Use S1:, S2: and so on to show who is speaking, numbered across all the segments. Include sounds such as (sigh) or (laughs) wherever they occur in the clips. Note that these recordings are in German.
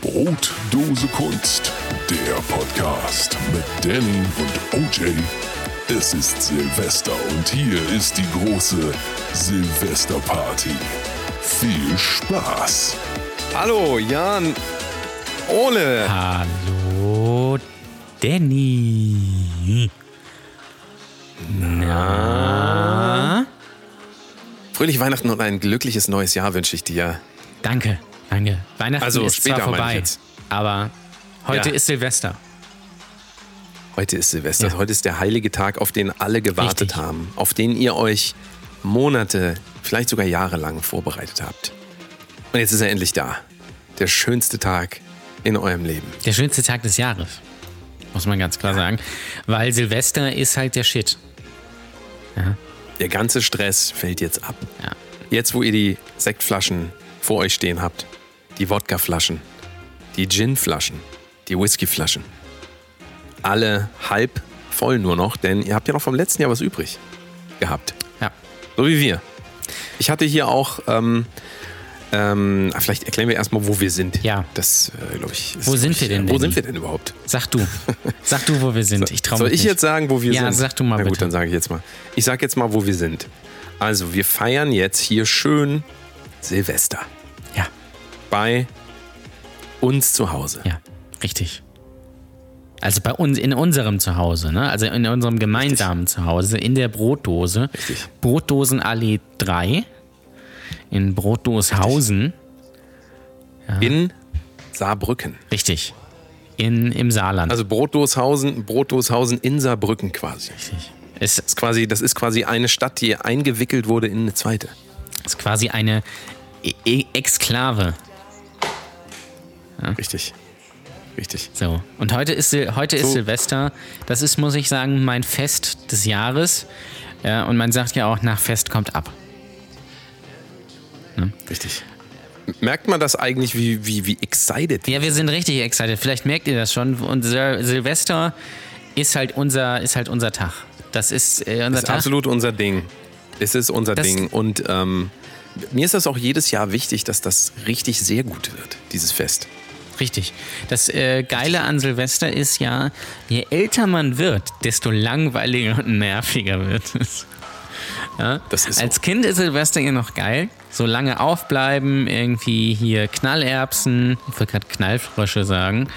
S1: Brotdose Kunst, der Podcast mit Danny und OJ. Es ist Silvester und hier ist die große Silvesterparty. Viel Spaß!
S2: Hallo, Jan. Ole.
S3: Hallo, Danny.
S2: Fröhliche Weihnachten und ein glückliches neues Jahr wünsche ich dir.
S3: Danke, danke. Weihnachten
S2: Also
S3: ist
S2: später
S3: zwar
S2: meine ich
S3: vorbei,
S2: jetzt.
S3: aber heute
S2: Ja.
S3: ist Silvester.
S2: Heute ist Silvester.
S3: Ja.
S2: Heute ist der heilige Tag, auf den alle gewartet
S3: Richtig.
S2: haben. Auf den ihr euch Monate, vielleicht sogar jahrelang vorbereitet habt. Und jetzt ist er endlich da. Der schönste Tag in eurem Leben.
S3: Der schönste Tag des Jahres, muss man ganz klar sagen. Weil Silvester ist halt der Shit.
S2: Der ganze Stress fällt jetzt ab.
S3: Ja.
S2: Jetzt, wo ihr die Sektflaschen vor euch stehen habt, die Wodkaflaschen, die Ginflaschen, die Whiskyflaschen, alle halb voll nur noch, denn ihr habt ja noch vom letzten Jahr was übrig gehabt.
S3: ja.
S2: So wie wir. Ich hatte hier auch, ähm, ähm, ah, vielleicht erklären wir erstmal, wo wir sind.
S3: Ja.
S2: Das, äh, glaube ich. ist-
S3: Wo sind wir denn,
S2: Wo
S3: Danny?
S2: sind wir denn überhaupt?
S3: Sag
S2: (laughs)
S3: du. Sag du, wo wir sind. Ich traue mich
S2: Soll ich
S3: nicht.
S2: jetzt sagen, wo wir
S3: Ja,
S2: sind?
S3: sag du mal
S2: Na gut,
S3: bitte.
S2: dann sage ich jetzt mal. Ich sage jetzt mal, wo wir sind. Also, wir feiern jetzt hier schön Silvester
S3: Ja,
S2: bei uns zu Hause.
S3: ja, richtig. Also bei uns in unserem Zuhause, ne? Also in unserem gemeinsamen Zuhause, in der Brotdose.
S2: Richtig.
S3: Brotdosenallee 3 in Brotdoshausen.
S2: In Saarbrücken.
S3: Richtig. In, Im Saarland.
S2: Also Brotdoshausen, Brotdoshausen in Saarbrücken quasi. Das
S3: Richtig. Es
S2: ist quasi. Das ist quasi eine Stadt, die eingewickelt wurde in eine zweite.
S3: ist quasi eine E- E- Exklave.
S2: Richtig. Richtig.
S3: So. Und heute ist, Sil- heute ist
S2: So.
S3: Silvester. Das ist, muss ich sagen, mein Fest des Jahres. Ja, und man sagt ja auch, nach Fest kommt ab.
S2: Richtig. Merkt man das eigentlich, wie, wie, wie excited?
S3: Ja, wir sind richtig excited. Vielleicht merkt ihr das schon. Und Sil- Silvester ist halt unser, ist halt unser Tag. Das ist äh, unser
S2: Das ist
S3: Tag.
S2: absolut unser Ding. Es ist unser
S3: Das-
S2: Ding. Und ähm, mir ist das auch jedes Jahr wichtig, dass das richtig sehr gut wird, dieses Fest.
S3: Richtig. Das äh, Geile an Silvester ist ja, je älter man wird, desto langweiliger und nerviger wird es.
S2: Das ist so.
S3: Als Kind ist Silvester ja noch geil. So lange aufbleiben, irgendwie hier Knallerbsen, ich wollte gerade Knallfrösche sagen,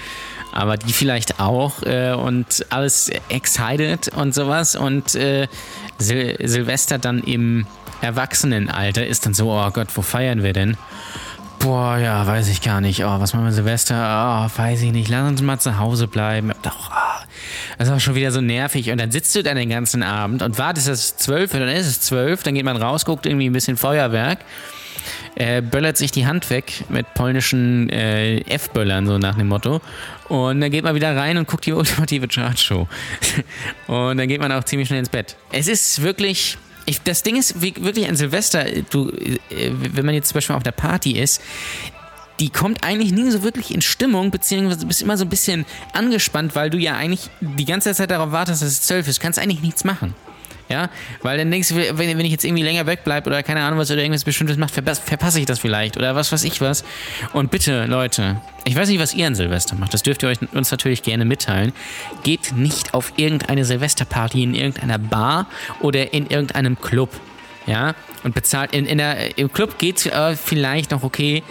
S3: aber die vielleicht auch äh, und alles excited und sowas. Und äh, Sil Silvester dann im Erwachsenenalter ist dann so, oh Gott, wo feiern wir denn? Boah, ja, weiß ich gar nicht. Oh, was machen wir Silvester? Oh, weiß ich nicht. Lass uns mal zu Hause bleiben. Doch, ah, das ist auch schon wieder so nervig. Und dann sitzt du dann den ganzen Abend und wartest, dass es zwölf wird. Dann ist es zwölf. Dann geht man raus, guckt irgendwie ein bisschen Feuerwerk. Äh, böllert sich die Hand weg mit polnischen äh, F-Böllern, so nach dem Motto. Und dann geht man wieder rein und guckt die ultimative Chartshow. (laughs) und dann geht man auch ziemlich schnell ins Bett. Es ist wirklich. Ich, das Ding ist wie, wirklich an Silvester, du, äh, wenn man jetzt zum Beispiel auf der Party ist, die kommt eigentlich nie so wirklich in Stimmung, beziehungsweise du bist immer so ein bisschen angespannt, weil du ja eigentlich die ganze Zeit darauf wartest, dass es zwölf ist. Du kannst eigentlich nichts machen. Ja, weil dann denkst du, wenn, wenn ich jetzt irgendwie länger wegbleibe oder keine Ahnung was oder irgendwas Bestimmtes macht, verpass, verpasse ich das vielleicht oder was weiß ich was. Und bitte, Leute, ich weiß nicht, was ihr an Silvester macht, das dürft ihr euch, uns natürlich gerne mitteilen. Geht nicht auf irgendeine Silvesterparty in irgendeiner Bar oder in irgendeinem Club. Ja, und bezahlt, in, in der, im Club geht äh, vielleicht noch okay,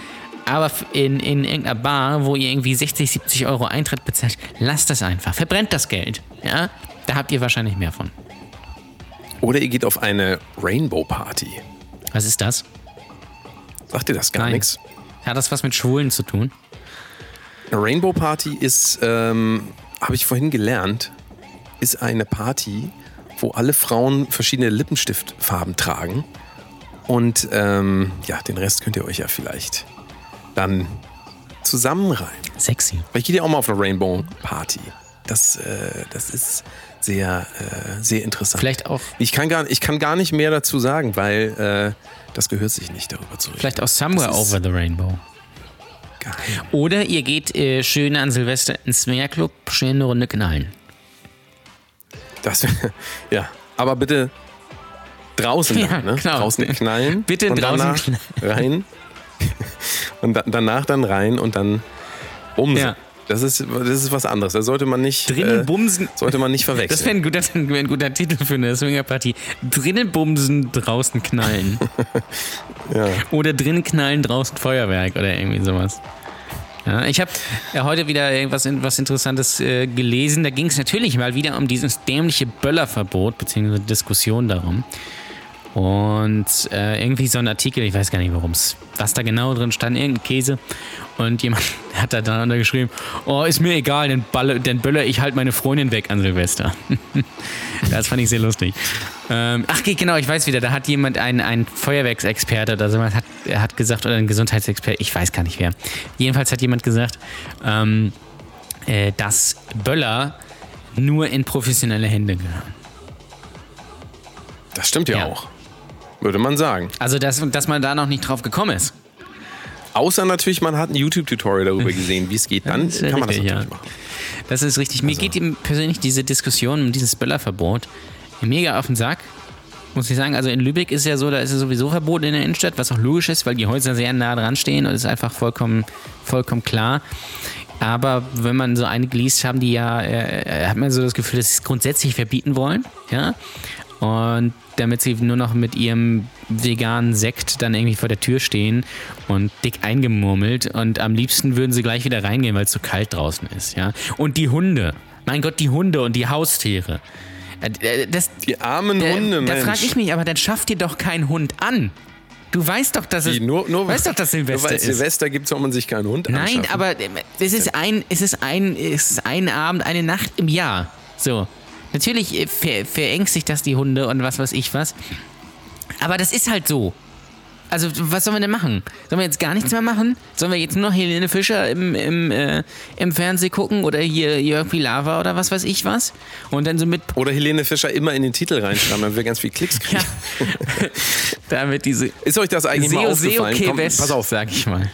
S3: aber f- in, in irgendeiner Bar, wo ihr irgendwie 60, 70 Euro Eintritt bezahlt, lasst das einfach. Verbrennt das Geld. Ja, da habt ihr wahrscheinlich mehr von.
S2: Oder ihr geht auf eine Rainbow Party.
S3: Was ist das?
S2: Sagt ihr das gar
S3: Nein.
S2: nichts?
S3: Hat das was mit Schwulen zu tun?
S2: Eine Rainbow Party ist, ähm, habe ich vorhin gelernt, ist eine Party, wo alle Frauen verschiedene Lippenstiftfarben tragen. Und ähm, ja, den Rest könnt ihr euch ja vielleicht dann zusammenreimen.
S3: Sexy.
S2: Vielleicht geht ihr auch mal auf eine Rainbow Party. Das, äh, das ist sehr, äh, sehr interessant.
S3: Vielleicht auch,
S2: Ich kann, gar, ich kann gar nicht mehr dazu sagen, weil äh, das gehört sich nicht darüber zu reden.
S3: vielleicht auch Somewhere
S2: Das ist-
S3: Over the Rainbow.
S2: Geheim.
S3: Oder ihr geht äh, schön an Silvester ins Swingerclub, schön eine Runde knallen.
S2: Das, (laughs) ja, aber bitte draußen,
S3: Ja,
S2: dann, ne?
S3: genau.
S2: draußen knallen.
S3: Bitte
S2: und
S3: draußen (laughs)
S2: danach rein. Und da, danach dann rein und dann Bumsen.
S3: Ja.
S2: Das ist, das ist was anderes. Da sollte man nicht. äh,
S3: Drinnen bumsen.
S2: Sollte man nicht
S3: Das wäre
S2: verwechseln.
S3: ein, guter- (laughs) wär ein guter Titel für eine Swingerparty. Drinnen bumsen, draußen knallen. Oder drinnen knallen, draußen Feuerwerk oder irgendwie sowas. Ja, ich habe ja heute wieder irgendwas in- was Interessantes äh, gelesen. Da ging es natürlich mal wieder um dieses dämliche Böllerverbot, beziehungsweise Diskussion darum. Und äh, irgendwie so ein Artikel, ich weiß gar nicht warum es, was da genau drin stand, irgendein Käse. Und jemand (laughs) hat da darunter geschrieben, oh, ist mir egal, dann, balle, dann böller ich halt meine Freundin weg an Silvester. das fand ich sehr lustig. Ähm, ach ge- genau, ich weiß wieder, da hat jemand, ein, ein Feuerwerksexperte oder so, hat, er hat gesagt, oder ein Gesundheitsexperte, ich weiß gar nicht wer. Jedenfalls hat jemand gesagt, ähm, äh, dass Böller nur in professionelle Hände gehören.
S2: Das stimmt ja,
S3: Ja.
S2: auch. Würde man sagen.
S3: Also, dass, dass man da noch nicht drauf gekommen ist.
S2: Außer natürlich, man hat ein YouTube-Tutorial darüber gesehen, wie es geht. Dann
S3: das ist ja
S2: kann man das
S3: richtig,
S2: natürlich
S3: Äh, ja.
S2: machen.
S3: Das ist richtig. Mir geht eben persönlich diese Diskussion um dieses Böllerverbot mega auf den Sack. Muss ich sagen, also in Lübeck ist ja so, da ist es sowieso verboten in der Innenstadt, was auch logisch ist, weil die Häuser sehr nah dran stehen und ist einfach vollkommen, vollkommen klar. Aber wenn man so einige liest, haben die ja, äh, äh, hat man so das Gefühl, dass sie es grundsätzlich verbieten wollen, ja. Und damit sie nur noch mit ihrem veganen Sekt dann irgendwie vor der Tür stehen und dick eingemurmelt. Und am liebsten würden sie gleich wieder reingehen, weil es so kalt draußen ist, ja. Und die Hunde. Mein Gott, die Hunde und die Haustiere. Äh, äh, Das,
S2: Die armen
S3: äh,
S2: Hunde,
S3: Da
S2: Mensch.
S3: frage ich mich, aber dann schafft dir doch kein Hund an. Du weißt doch, dass es.
S2: Die nur, nur,
S3: weißt doch, dass Silvester
S2: nur weil
S3: ist.
S2: Silvester gibt, soll man sich keinen Hund
S3: Nein,
S2: anschaffen.
S3: aber ähm, es ist ein, es ist ein, es ist ein Abend, eine Nacht im Jahr. So. Natürlich äh, ver verängstigt das die Hunde und was weiß ich was. Aber das ist halt so. Also, was sollen wir denn machen? Sollen wir jetzt gar nichts mehr machen? Sollen wir jetzt nur noch Helene Fischer im, im, äh, im Fernsehen gucken oder hier Jörg Pilawa oder was weiß ich was? Und dann so mit
S2: Oder Helene Fischer immer in den Titel reinschreiben, damit wir ganz viel Klicks kriegen.
S3: Ja. Damit diese
S2: Ist euch das eigentlich mal
S3: Seo Seo
S2: aufgefallen? Komm,
S3: Kewes,
S2: pass auf,
S3: sag ich mal.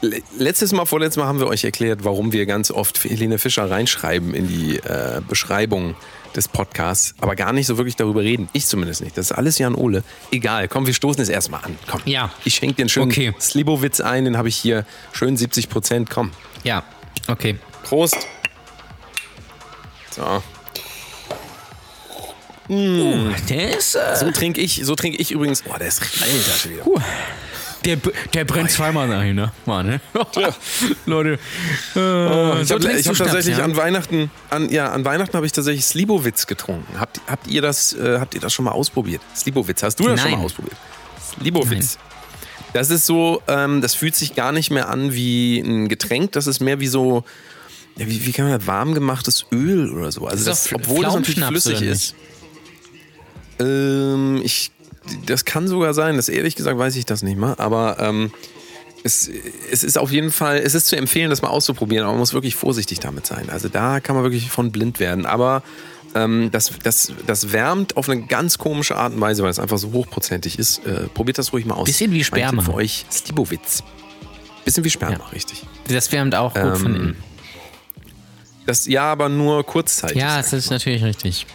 S2: Le- Letztes Mal, vorletztes Mal haben wir euch erklärt, warum wir ganz oft Helene Fischer reinschreiben in die äh, Beschreibung des Podcasts, aber gar nicht so wirklich darüber reden. Ich zumindest nicht. Das ist alles Jan Ole. Egal, komm, wir stoßen es erstmal an. Komm.
S3: Ja.
S2: Ich schenke dir einen schönen
S3: Okay.
S2: Slibowitz ein, den habe ich hier schön 70 Prozent. Komm.
S3: Ja, okay.
S2: Prost. So.
S3: Der ist. Äh,
S2: So trinke ich, so trinke ich übrigens. Boah, der ist alter schon wieder.
S3: der, b- der brennt zweimal nach, ne? Mann, ne? (laughs) Leute. Äh,
S2: Oh, Ich
S3: so
S2: habe
S3: trinkst
S2: ich hab
S3: du Schnaps,
S2: tatsächlich
S3: ja?
S2: an Weihnachten, an, ja, an Weihnachten habe ich tatsächlich Slibowitz getrunken. Habt, habt, ihr das, äh, habt ihr das schon mal ausprobiert? Slibowitz, hast du das schon
S3: Nein.
S2: mal ausprobiert? Slibowitz. Das ist so, ähm, das fühlt sich gar nicht mehr an wie ein Getränk, das ist mehr wie so, ja, wie, wie kann man das, warm gemachtes Öl oder so. Also
S3: Ist
S2: das,
S3: doch Fl-
S2: obwohl das natürlich
S3: Pflaumenschnaps,
S2: flüssig
S3: oder
S2: ist. Ähm, ich, das kann sogar sein, das ehrlich gesagt weiß ich das nicht mal, aber ähm, es, es ist auf jeden Fall, es ist zu empfehlen, das mal auszuprobieren, aber man muss wirklich vorsichtig damit sein. Also da kann man wirklich von blind werden, aber ähm, das, das, das wärmt auf eine ganz komische Art und Weise, weil es einfach so hochprozentig ist. Äh, probiert das ruhig mal aus.
S3: Bisschen wie
S2: Mein Tipp
S3: Sperma.
S2: Für euch Stibowitz. Bisschen wie Sperma, richtig.
S3: Das wärmt auch gut
S2: Ähm,
S3: von innen.
S2: Das, ja, aber nur kurzzeitig.
S3: Ja,
S2: sag
S3: das
S2: ich
S3: ist
S2: mal.
S3: natürlich richtig.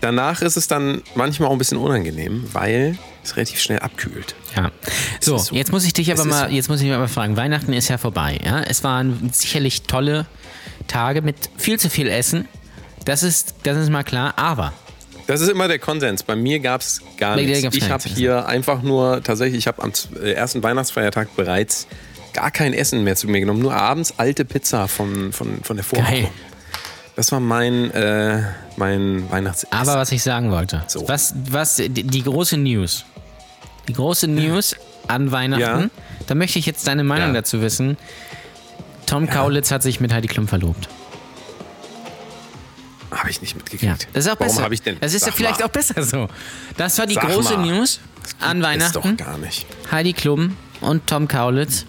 S2: Danach ist es dann manchmal auch ein bisschen unangenehm, weil es relativ schnell abkühlt.
S3: Ja. So,
S2: ist so.
S3: jetzt muss ich dich
S2: Es
S3: aber
S2: ist
S3: mal,
S2: so.
S3: jetzt muss ich mich aber fragen, Weihnachten ist ja vorbei, ja? Es waren sicherlich tolle Tage mit viel zu viel Essen. Das ist, das ist mal klar, aber
S2: Das ist immer der Konsens. Bei mir gab es gar
S3: Bei dir
S2: nichts.
S3: gab's
S2: Ich
S3: gar
S2: habe
S3: nichts. also.
S2: hier einfach nur, tatsächlich, ich habe am z- äh, ersten Weihnachtsfeiertag bereits gar kein Essen mehr zu mir genommen. Nur abends alte Pizza von, von, von der Vorwoche.
S3: geil.
S2: Das war mein, äh, mein Weihnachtsessen.
S3: Aber was ich sagen wollte,
S2: So.
S3: was, was die, die große News, die große News an Weihnachten,
S2: Ja.
S3: da möchte ich jetzt deine Meinung
S2: Ja.
S3: dazu wissen. Tom Kaulitz hat sich mit Heidi Klum verlobt.
S2: habe ich nicht
S3: Ja,
S2: mitgekriegt.
S3: das ist auch besser.
S2: Warum habe ich denn?
S3: Das ist ja
S2: Sag
S3: vielleicht
S2: mal,
S3: auch besser so. Das war die
S2: Sag
S3: große
S2: mal.
S3: News an
S2: Ist doch
S3: Weihnachten.
S2: gar nicht.
S3: Heidi Klum und Tom Kaulitz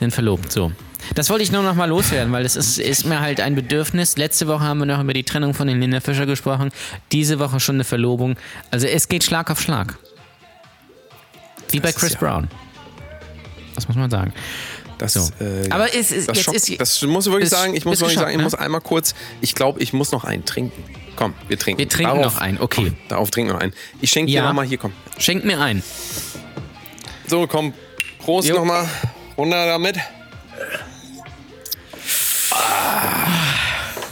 S3: sind verlobt. So. Das wollte ich nur noch mal loswerden, weil das ist, ist mir halt ein Bedürfnis. Letzte Woche haben wir noch über die Trennung von Helena Fischer gesprochen. Diese Woche schon eine Verlobung. Also es geht Schlag auf Schlag. Wie bei
S2: ist
S3: Chris
S2: ja-
S3: Brown. Das muss man sagen.
S2: Das,
S3: So.
S2: äh,
S3: Aber es ist-
S2: das
S3: jetzt
S2: schockt-
S3: ist-
S2: das muss ich wirklich
S3: bist-
S2: sagen, ich muss
S3: bist
S2: wirklich
S3: geschockt,
S2: sagen, ich
S3: ne?
S2: muss einmal kurz, ich glaube, ich muss noch einen trinken. Komm, wir trinken.
S3: Wir trinken noch einen, okay.
S2: Komm, darauf trinken wir noch einen. Ich schenke
S3: Ja.
S2: dir nochmal hier, komm.
S3: Schenk mir ein.
S2: So, komm, Prost
S3: Jo.
S2: nochmal. Runter damit.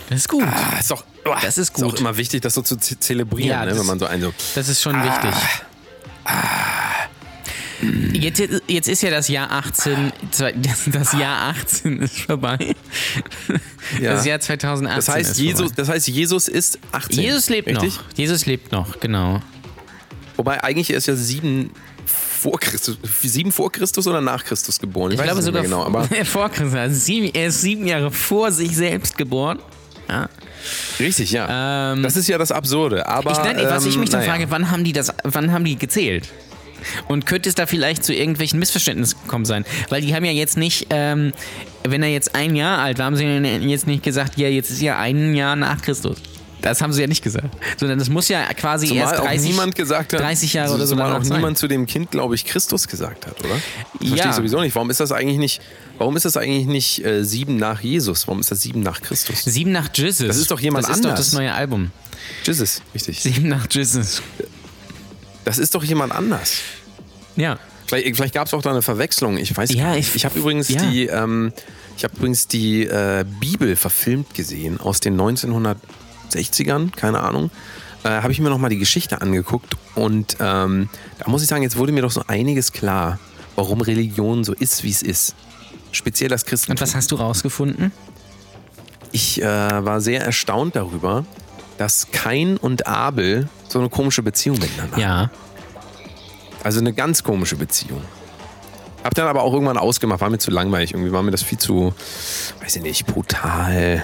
S3: Das ist gut.
S2: Ah, ist doch, uah,
S3: Das ist
S2: Ist
S3: gut.
S2: auch immer wichtig, das so zu ze- zelebrieren,
S3: Ja,
S2: ne,
S3: das-
S2: wenn man so einen so.
S3: Das ist schon
S2: Ah.
S3: wichtig. Jetzt, jetzt ist ja das Jahr 18, zwei- (laughs) das, das Jahr 18 ist vorbei.
S2: Ja.
S3: Das Jahr 2018
S2: Das heißt,
S3: ist
S2: Jesus,
S3: vorbei.
S2: das heißt, Jesus ist 18.
S3: Jesus lebt
S2: richtig?
S3: noch. Jesus lebt noch, genau.
S2: Wobei eigentlich er ist ja sieben vor Christus, sieben vor Christus oder nach Christus geboren.
S3: Ich glaube
S2: es nicht mehr
S3: sogar
S2: genau, aber
S3: (laughs) vor Christus. Also sieben, er ist sieben Jahre vor sich selbst geboren. Ja.
S2: richtig, ja.
S3: Ähm,
S2: das ist ja das Absurde. Aber
S3: Ich, nein, was ich
S2: ähm,
S3: mich dann
S2: naja.
S3: frage, wann haben die das, wann haben die gezählt? Und könnte es da vielleicht zu irgendwelchen Missverständnissen gekommen sein? Weil die haben ja jetzt nicht, ähm, wenn er jetzt ein Jahr alt war, haben sie jetzt nicht gesagt, ja, jetzt ist ja ein Jahr nach Christus. Das haben sie ja nicht gesagt. Sondern das muss ja quasi
S2: Zumal
S3: erst 30,
S2: auch niemand gesagt hat,
S3: 30 Jahre oder so
S2: zumal
S3: danach
S2: auch
S3: sein.
S2: niemand zu dem Kind, glaube ich, Christus gesagt hat, oder? Das verstehe
S3: Ja.
S2: ich sowieso nicht. Warum ist das eigentlich nicht, warum ist das eigentlich nicht äh, sieben nach Jesus? Warum ist das sieben nach Christus?
S3: Sieben nach Jesus.
S2: Das ist doch jemand
S3: Das ist
S2: anders.
S3: doch das neue Album.
S2: Jesus, richtig.
S3: Sieben nach Jesus.
S2: Das ist doch jemand anders.
S3: Ja.
S2: Vielleicht, vielleicht gab es auch da eine Verwechslung. Ich weiß
S3: Ja,
S2: gar
S3: ich-
S2: nicht. Ich habe übrigens
S3: ja.
S2: die, ähm, ich habe übrigens die äh, Bibel verfilmt gesehen aus den 1960ern, keine Ahnung. Äh, habe ich mir nochmal die Geschichte angeguckt und ähm, da muss ich sagen, jetzt wurde mir doch so einiges klar, warum Religion so ist, wie es ist. Speziell das Christentum.
S3: Und was hast du rausgefunden?
S2: Ich äh, war sehr erstaunt darüber, dass Kain und Abel so eine komische Beziehung miteinander haben.
S3: Ja.
S2: Also eine ganz komische Beziehung. Hab dann aber auch irgendwann ausgemacht, war mir zu langweilig. Irgendwie war mir das viel zu, weiß ich nicht, brutal.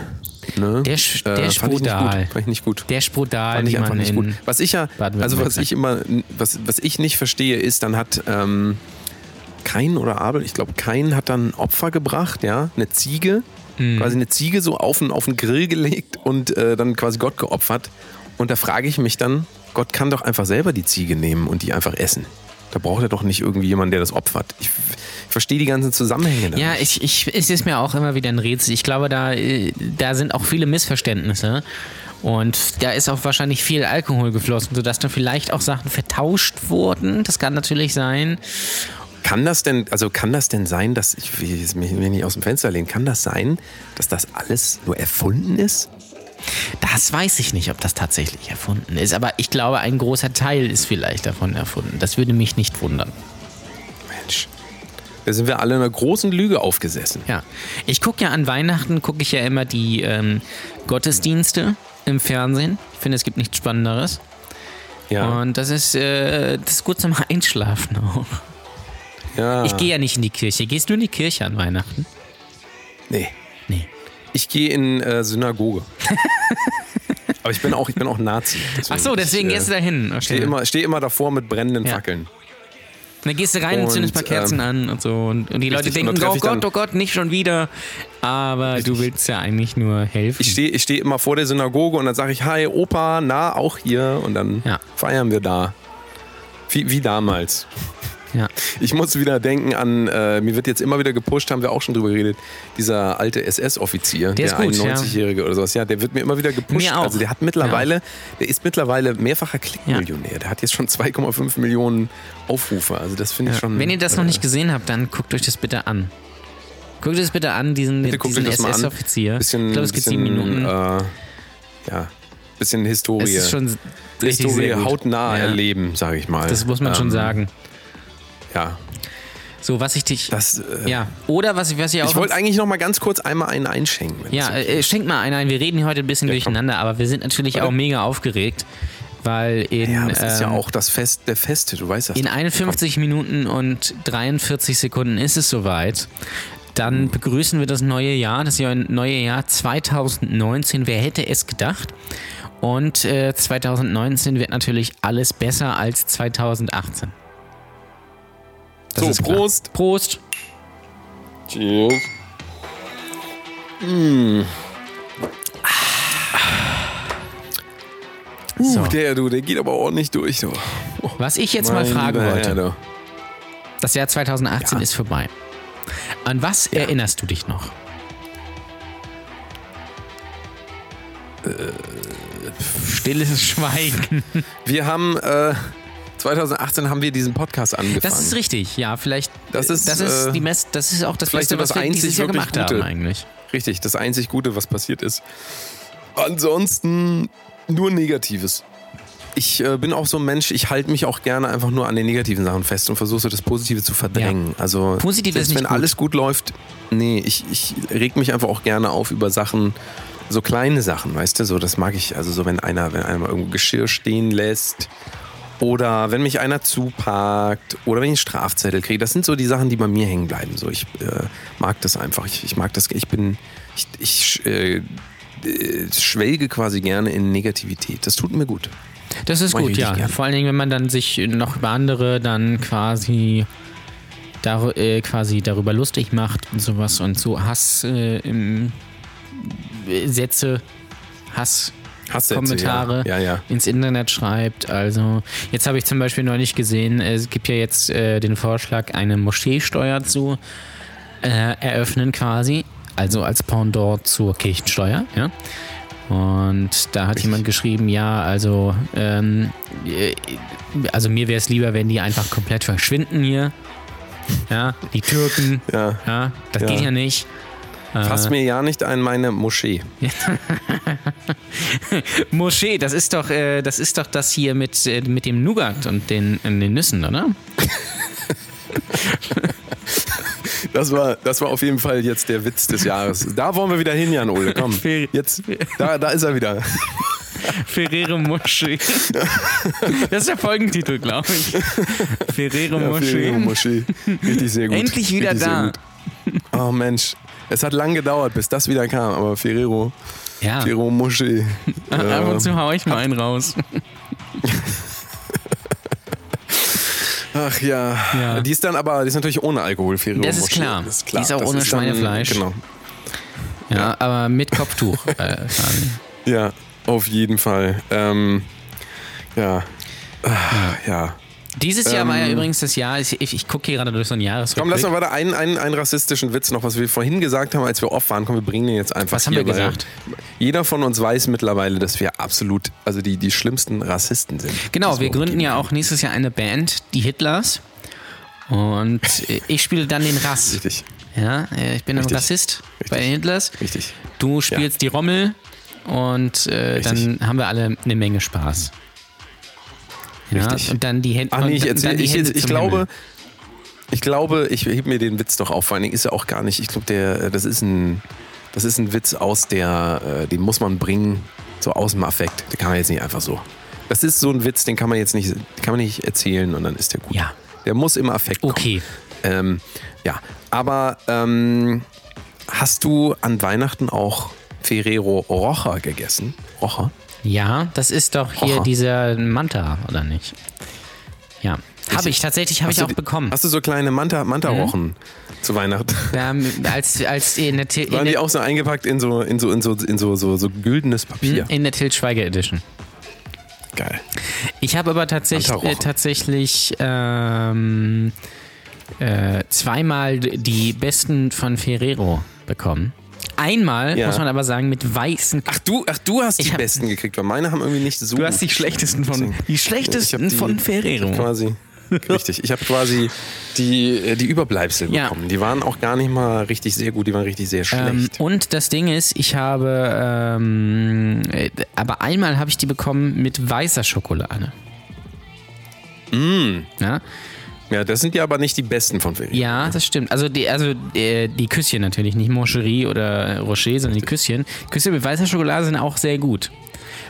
S2: Ne?
S3: Der Sch-
S2: Äh,
S3: der
S2: fand ich nicht gut.
S3: Spudal.
S2: Fand ich nicht gut.
S3: Der Sprodal,
S2: Fand
S3: wie
S2: ich einfach
S3: man
S2: nicht
S3: in,
S2: gut. Was ich ja,
S3: Baden-Württemberg
S2: also was
S3: sagt.
S2: ich immer, was, was ich nicht verstehe, ist, dann hat ähm, Kain oder Abel, ich glaube, Kain hat dann ein Opfer gebracht, ja, eine Ziege,
S3: Mhm.
S2: quasi eine Ziege so auf den, auf den Grill gelegt und äh, dann quasi Gott geopfert. Und da frage ich mich dann, Gott kann doch einfach selber die Ziege nehmen und die einfach essen. Da braucht er doch nicht irgendwie jemanden, der das opfert. Ich, ich verstehe die ganzen Zusammenhänge. da
S3: Ja,
S2: nicht.
S3: ich, ich, es ist mir auch immer wieder ein Rätsel. Ich glaube, da, äh, da sind auch viele Missverständnisse. Und da ist auch wahrscheinlich viel Alkohol geflossen, sodass dann vielleicht auch Sachen vertauscht wurden. Das kann natürlich sein.
S2: Kann das denn, also kann das denn sein, dass ich will jetzt mich mich nicht aus dem Fenster lehnen, kann das sein, dass das alles nur erfunden ist?
S3: Das weiß ich nicht, ob das tatsächlich erfunden ist. Aber ich glaube, ein großer Teil ist vielleicht davon erfunden. Das würde mich nicht wundern.
S2: Mensch. Da sind wir alle einer großen Lüge aufgesessen.
S3: Ja. Ich gucke ja an Weihnachten, gucke ich ja immer die ähm, Gottesdienste im Fernsehen. Ich finde, es gibt nichts Spannenderes. Und das ist, äh, das ist gut zum Einschlafen auch.
S2: ja.
S3: Ich gehe ja nicht in die Kirche. Gehst du in die Kirche an Weihnachten?
S2: Nee.
S3: Nee.
S2: Ich gehe in äh,
S3: (laughs)
S2: Synagoge. Aber ich bin auch, ich bin auch Nazi.
S3: Ach so, deswegen
S2: ich,
S3: gehst du da hin. Okay.
S2: Stehe immer, steh immer davor mit brennenden
S3: Ja.
S2: Fackeln.
S3: Dann gehst du rein und,
S2: Und,
S3: zündest ein paar Kerzen
S2: ähm,
S3: an und so. Und, und die Leute
S2: richtig, und
S3: denken,
S2: dann treff
S3: oh
S2: ich dann-
S3: Gott, oh Gott, nicht schon wieder. Aber du willst ja eigentlich nur helfen.
S2: Ich stehe ich steh immer vor der Synagoge und dann sage ich, hi Opa, na, auch hier. Und dann
S3: Ja.
S2: feiern wir da. Wie, wie damals.
S3: ja.
S2: Ich muss wieder denken an, äh, mir wird jetzt immer wieder gepusht, haben wir auch schon drüber geredet, dieser alte SS-Offizier,
S3: Der
S2: der,
S3: ist gut, ja.
S2: 91-Jährige oder sowas, ja, der wird mir immer wieder gepusht.
S3: Mir auch.
S2: Also der hat mittlerweile, der ist mittlerweile mehrfacher Klickmillionär. Der hat jetzt schon 2,5 Millionen Aufrufe. Also das finde ich (laughs) schon. äh,
S3: Wenn ihr das noch nicht gesehen habt, dann guckt euch das bitte an. Guckt euch das bitte an, diesen,
S2: Bitte guckt
S3: diesen
S2: euch das mal an.
S3: SS-Offizier. Ich
S2: bisschen,
S3: glaube, es geht
S2: bisschen,
S3: sieben Minuten.
S2: Äh, ja, bisschen
S3: es
S2: Historie.
S3: ist schon richtig
S2: Historie
S3: sehr gut.
S2: hautnah
S3: Ja.
S2: erleben, sage ich mal.
S3: Das muss man schon
S2: Ähm,
S3: sagen.
S2: Ja,
S3: So, was ich dich...
S2: das. Äh,
S3: ja, oder was ich, was ich auch...
S2: Ich wollte eigentlich noch mal ganz kurz einmal einen einschenken. wenn
S3: Ja,
S2: das
S3: äh, schenk mal einen ein. Wir reden hier heute ein bisschen
S2: komm.
S3: durcheinander, aber wir sind natürlich auch mega aufgeregt, weil in,
S2: Ja, aber es ist ja
S3: ähm,
S2: auch das Fest der Feste, du weißt das.
S3: in
S2: doch.
S3: 51 Minuten und 43 Sekunden ist es soweit. Dann
S2: Hm.
S3: begrüßen wir das neue Jahr, das Jahr- neue Jahr 2019. Wer hätte es gedacht? Und äh, 2019 wird natürlich alles besser als 2018. Das
S2: So,
S3: ist klar.
S2: Prost.
S3: Prost!
S2: Cheers.
S3: So.
S2: Ah. Uh, der, du, der geht aber ordentlich durch. So.
S3: Was ich jetzt mal
S2: Mein
S3: fragen
S2: lieber
S3: wollte.
S2: Herr, du.
S3: Das Jahr 2018
S2: Ja.
S3: ist vorbei. An was erinnerst du dich noch?
S2: Äh,
S3: Stilles Schweigen.
S2: Wir haben, äh, 2018 haben wir diesen Podcast angefangen.
S3: Das ist richtig, ja, vielleicht.
S2: Das ist,
S3: das ist,
S2: äh,
S3: die Mess, das ist auch das
S2: vielleicht
S3: Beste,
S2: so das
S3: was wir dieses
S2: einzig
S3: Jahr
S2: wirklich
S3: gemacht haben
S2: Gute.
S3: eigentlich.
S2: Richtig, das einzig Gute, was passiert ist. Ansonsten nur Negatives. Ich äh, bin auch so ein Mensch, ich halte mich auch gerne einfach nur an den negativen Sachen fest und versuche so das Positive zu verdrängen. Also
S3: Positiv
S2: selbst
S3: ist nicht
S2: wenn
S3: gut.
S2: alles gut läuft, nee, ich, ich reg mich einfach auch gerne auf über Sachen, so kleine Sachen, weißt du, so das mag ich. Also so wenn einer, wenn einer mal irgendwo Geschirr stehen lässt oder wenn mich einer zuparkt oder wenn ich einen Strafzettel kriege. Das sind so die Sachen, die bei mir hängen bleiben. So, ich äh, mag das einfach. Ich, ich mag das. Ich bin. Ich, ich äh, äh, schwelge quasi gerne in Negativität. Das tut mir gut.
S3: Das ist
S2: Mach ich
S3: gut,
S2: richtig
S3: ja.
S2: gerne.
S3: Vor allen Dingen, wenn man dann sich noch über andere dann quasi, dar äh, quasi darüber lustig macht und sowas und so Hass äh, im, äh, Sätze, Hass
S2: Hasssätze,
S3: Kommentare.
S2: Ja, ja. ja.
S3: ins Internet schreibt. Also jetzt habe ich zum Beispiel noch nicht gesehen, äh, es gibt ja jetzt äh, den Vorschlag, eine Moscheesteuer zu äh, eröffnen quasi, also als Pendant zur Kirchensteuer. Ja? Und da hat jemand geschrieben, ja, also, ähm, äh, also mir wäre es lieber, wenn die einfach komplett verschwinden hier. Ja, die Türken,
S2: Ja.
S3: ja, das
S2: Ja.
S3: geht ja nicht.
S2: Fass mir ja nicht an meine Moschee.
S3: Moschee, das ist doch, äh, das ist doch das hier mit, äh, mit dem Nougat und den, und den Nüssen, oder?
S2: Das war, das war auf jeden Fall jetzt der Witz des Jahres. Da wollen wir wieder hin, Jan Ole. Komm.
S3: Fer-
S2: Jetzt, da, da ist er wieder.
S3: Ferrero (laughs) Moschee. Das ist der Folgentitel, glaube ich. Ferrero
S2: Ja,
S3: Moschee.
S2: Ferrero Moschee. Richtig sehr gut.
S3: Endlich wieder
S2: Richtig sehr
S3: da.
S2: gut. Oh Mensch. Es hat lang gedauert, bis das wieder kam, aber Ferrero,
S3: Ja,
S2: Ferrero Moschee.
S3: Ah. ab
S2: Ähm,
S3: und zu hau ich mal einen raus.
S2: Ach ja.
S3: Ja.
S2: Die ist dann aber, die ist natürlich ohne Alkohol, Ferrero
S3: Das ist
S2: Moschee.
S3: klar. Die ist auch
S2: Das
S3: ohne
S2: dann-
S3: Schweinefleisch.
S2: Genau.
S3: Ja, aber mit Kopftuch. Äh, quasi.
S2: Ja, auf jeden Fall. Ähm, ja. Ah, ja.
S3: Dieses Jahr war ja
S2: Ähm.
S3: übrigens das Jahr, ich, ich gucke hier gerade durch so ein Jahresrückblick.
S2: Komm, lass mal weiter einen, einen, einen rassistischen Witz noch, was wir vorhin gesagt haben, als wir off waren. Komm, wir bringen den jetzt einfach
S3: Was haben
S2: hier,
S3: wir
S2: weil
S3: gesagt?
S2: Jeder von uns weiß mittlerweile, dass wir absolut, also die, die schlimmsten Rassisten sind.
S3: Genau,
S2: Das
S3: wir
S2: muss man
S3: gründen ja
S2: geben.
S3: auch nächstes Jahr eine Band, die Hitlers. Und äh, ich spiele dann den Rass.
S2: Richtig,
S3: Ja, äh, ich bin ein
S2: Richtig.
S3: Rassist bei
S2: Richtig.
S3: den Hitlers.
S2: richtig.
S3: Du spielst die Rommel und äh,
S2: Richtig.
S3: dann haben wir alle eine Menge Spaß. Ja,
S2: Richtig.
S3: und dann die Hände.
S2: Ach nee, ich,
S3: und dann-
S2: erzähl,
S3: dann die
S2: ich,
S3: Hände
S2: ich
S3: zum
S2: glaube,
S3: Himmel.
S2: ich glaube, ich heb mir den Witz doch auf. Vor allen Dingen ist er auch gar nicht. Ich glaube, der, das ist ein, das ist ein Witz aus der, äh, den muss man bringen, so aus dem Affekt. Den kann man jetzt nicht einfach so. Das ist so ein Witz, den kann man jetzt nicht, den kann man nicht erzählen und dann ist der gut.
S3: Ja.
S2: Der muss im Affekt kommen.
S3: Okay.
S2: Ähm, ja, aber ähm, hast du an Weihnachten auch Ferrero Rocher gegessen? Rocher?
S3: Ja, das ist doch hier
S2: Oha.
S3: dieser Manta, oder nicht? Ja. Habe ich tatsächlich, habe
S2: Hast
S3: ich
S2: du
S3: auch
S2: die-
S3: bekommen. Mhm.
S2: Hast du so kleine Manta, Manta-Rochen zu
S3: (laughs)
S2: Weihnachten?
S3: Ähm, als, als in der, Til- in
S2: Waren die
S3: der,
S2: auch so eingepackt in so, in so, in so, in so, so, so güldenes Papier?
S3: in der Tilt Schweiger Edition.
S2: Geil.
S3: Ich habe aber tatsächlich,
S2: Antarochen.
S3: äh, tatsächlich ähm, äh, zweimal d- die besten von Ferrero bekommen. Einmal,
S2: Ja.
S3: muss man aber sagen, mit weißen
S2: Ach du, ach, du hast die
S3: Ich hab-
S2: besten gekriegt, weil meine haben irgendwie nicht so
S3: Du hast
S2: gut
S3: die schlechtesten von,
S2: Deswegen.
S3: die
S2: Ich
S3: schlechtesten
S2: hab die-
S3: von
S2: Ich hab
S3: Ferrero.
S2: quasi. Richtig, ich habe quasi die, äh, die Überbleibsel
S3: Ja.
S2: bekommen. Die waren auch gar nicht mal richtig sehr gut, die waren richtig sehr
S3: Ähm,
S2: schlecht.
S3: und das Ding ist, ich habe, ähm, äh, aber einmal habe ich die bekommen mit weißer Schokolade. Mm. Ja,
S2: ja, das sind ja aber nicht die besten von Ferrero.
S3: ja, das stimmt. Also die, also äh, die Küsschen natürlich, nicht Moncherie oder Rocher, sondern die Küsschen. Küsschen mit weißer Schokolade sind auch sehr gut.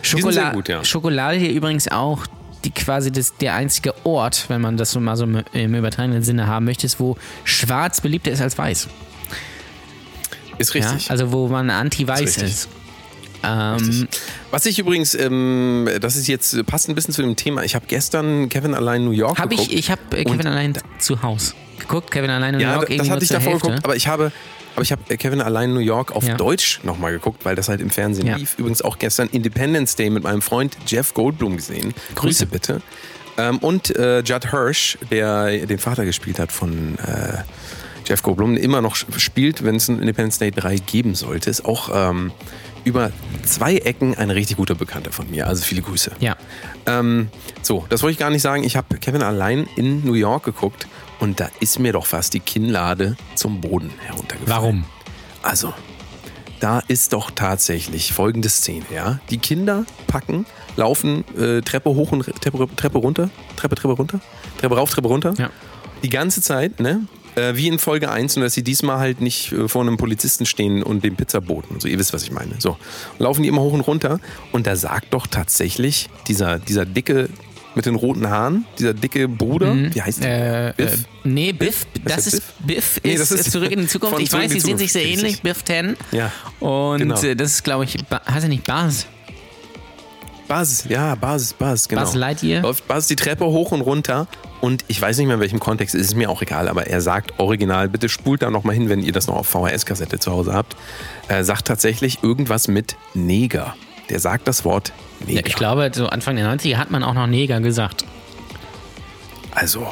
S2: sind
S3: Schokola
S2: sehr gut, ja.
S3: Schokolade hier übrigens auch die quasi das, der einzige Ort, wenn man das so mal so im- im übertragenen Sinne haben möchte, ist, wo schwarz beliebter ist als weiß.
S2: Ist
S3: Ja,
S2: richtig.
S3: also wo man anti-weiß
S2: Ist
S3: ist.
S2: richtig.
S3: Ähm,
S2: Was ich übrigens, ähm, das ist jetzt äh, passt ein bisschen zu dem Thema. Ich habe gestern Kevin allein New York
S3: habe
S2: geguckt.
S3: ich, ich habe äh,
S2: Und-
S3: Kevin allein zu Haus geguckt, Kevin allein in New
S2: Ja, da-
S3: York
S2: das
S3: irgendwie
S2: hatte ich
S3: nur
S2: davor
S3: zur Hälfte.
S2: geguckt, aber ich habe, aber ich habe äh, Kevin allein New York auf
S3: Ja.
S2: Deutsch nochmal geguckt, weil das halt im Fernsehen
S3: Ja.
S2: lief. Übrigens auch gestern Independence Day mit meinem Freund Jeff Goldblum gesehen. Grüße bitte. Ähm, und äh, Judd Hirsch, der den Vater gespielt hat von äh, Jeff Goldblum, immer noch sch- spielt, wenn es ein Independence Day 3 geben sollte, ist auch ähm, über zwei Ecken ein richtig guter Bekannter von mir. Also viele Grüße.
S3: ja,
S2: Ähm, so, das wollte ich gar nicht sagen. Ich habe Kevin allein in New York geguckt und da ist mir doch fast die Kinnlade zum Boden heruntergefallen.
S3: warum?
S2: Also, da ist doch tatsächlich folgende Szene, ja. Die Kinder packen, laufen äh, Treppe hoch und re- Treppe, Treppe runter, Treppe, Treppe runter, Treppe rauf, Treppe runter.
S3: Ja.
S2: Die ganze Zeit, ne? Äh, wie in Folge 1, nur dass sie diesmal halt nicht äh, vor einem Polizisten stehen und dem Pizzaboten. So, ihr wisst, was ich meine. So. Laufen die immer hoch und runter. Und da sagt doch tatsächlich dieser, dieser dicke mit den roten Haaren, dieser dicke Bruder, wie heißt der?
S3: Äh, äh, nee, Biff, das
S2: der
S3: ist Biff,
S2: Nee,
S3: ist,
S2: das ist-
S3: ist zurück in die Zukunft.
S2: (laughs) von
S3: Ich
S2: Zurück
S3: weiß,
S2: in
S3: die
S2: die
S3: sehen sich sehr
S2: Zukunft,
S3: ähnlich,
S2: richtig.
S3: Biff 10.
S2: Ja.
S3: Und
S2: Genau.
S3: äh, das ist, glaube ich, Ba- heißt er nicht Bas?
S2: Basis, ja, Basis, Basis, genau.
S3: Buzz Lightyear?
S2: Läuft Basis die Treppe hoch und runter und ich weiß nicht mehr in welchem Kontext, es ist mir auch egal, aber er sagt original, bitte spult da nochmal hin, wenn ihr das noch auf VHS-Kassette zu Hause habt, äh, sagt tatsächlich irgendwas mit Neger. Der sagt das Wort Neger.
S3: Ja, ich glaube, so Anfang der 90er hat man auch noch Neger gesagt.
S2: also,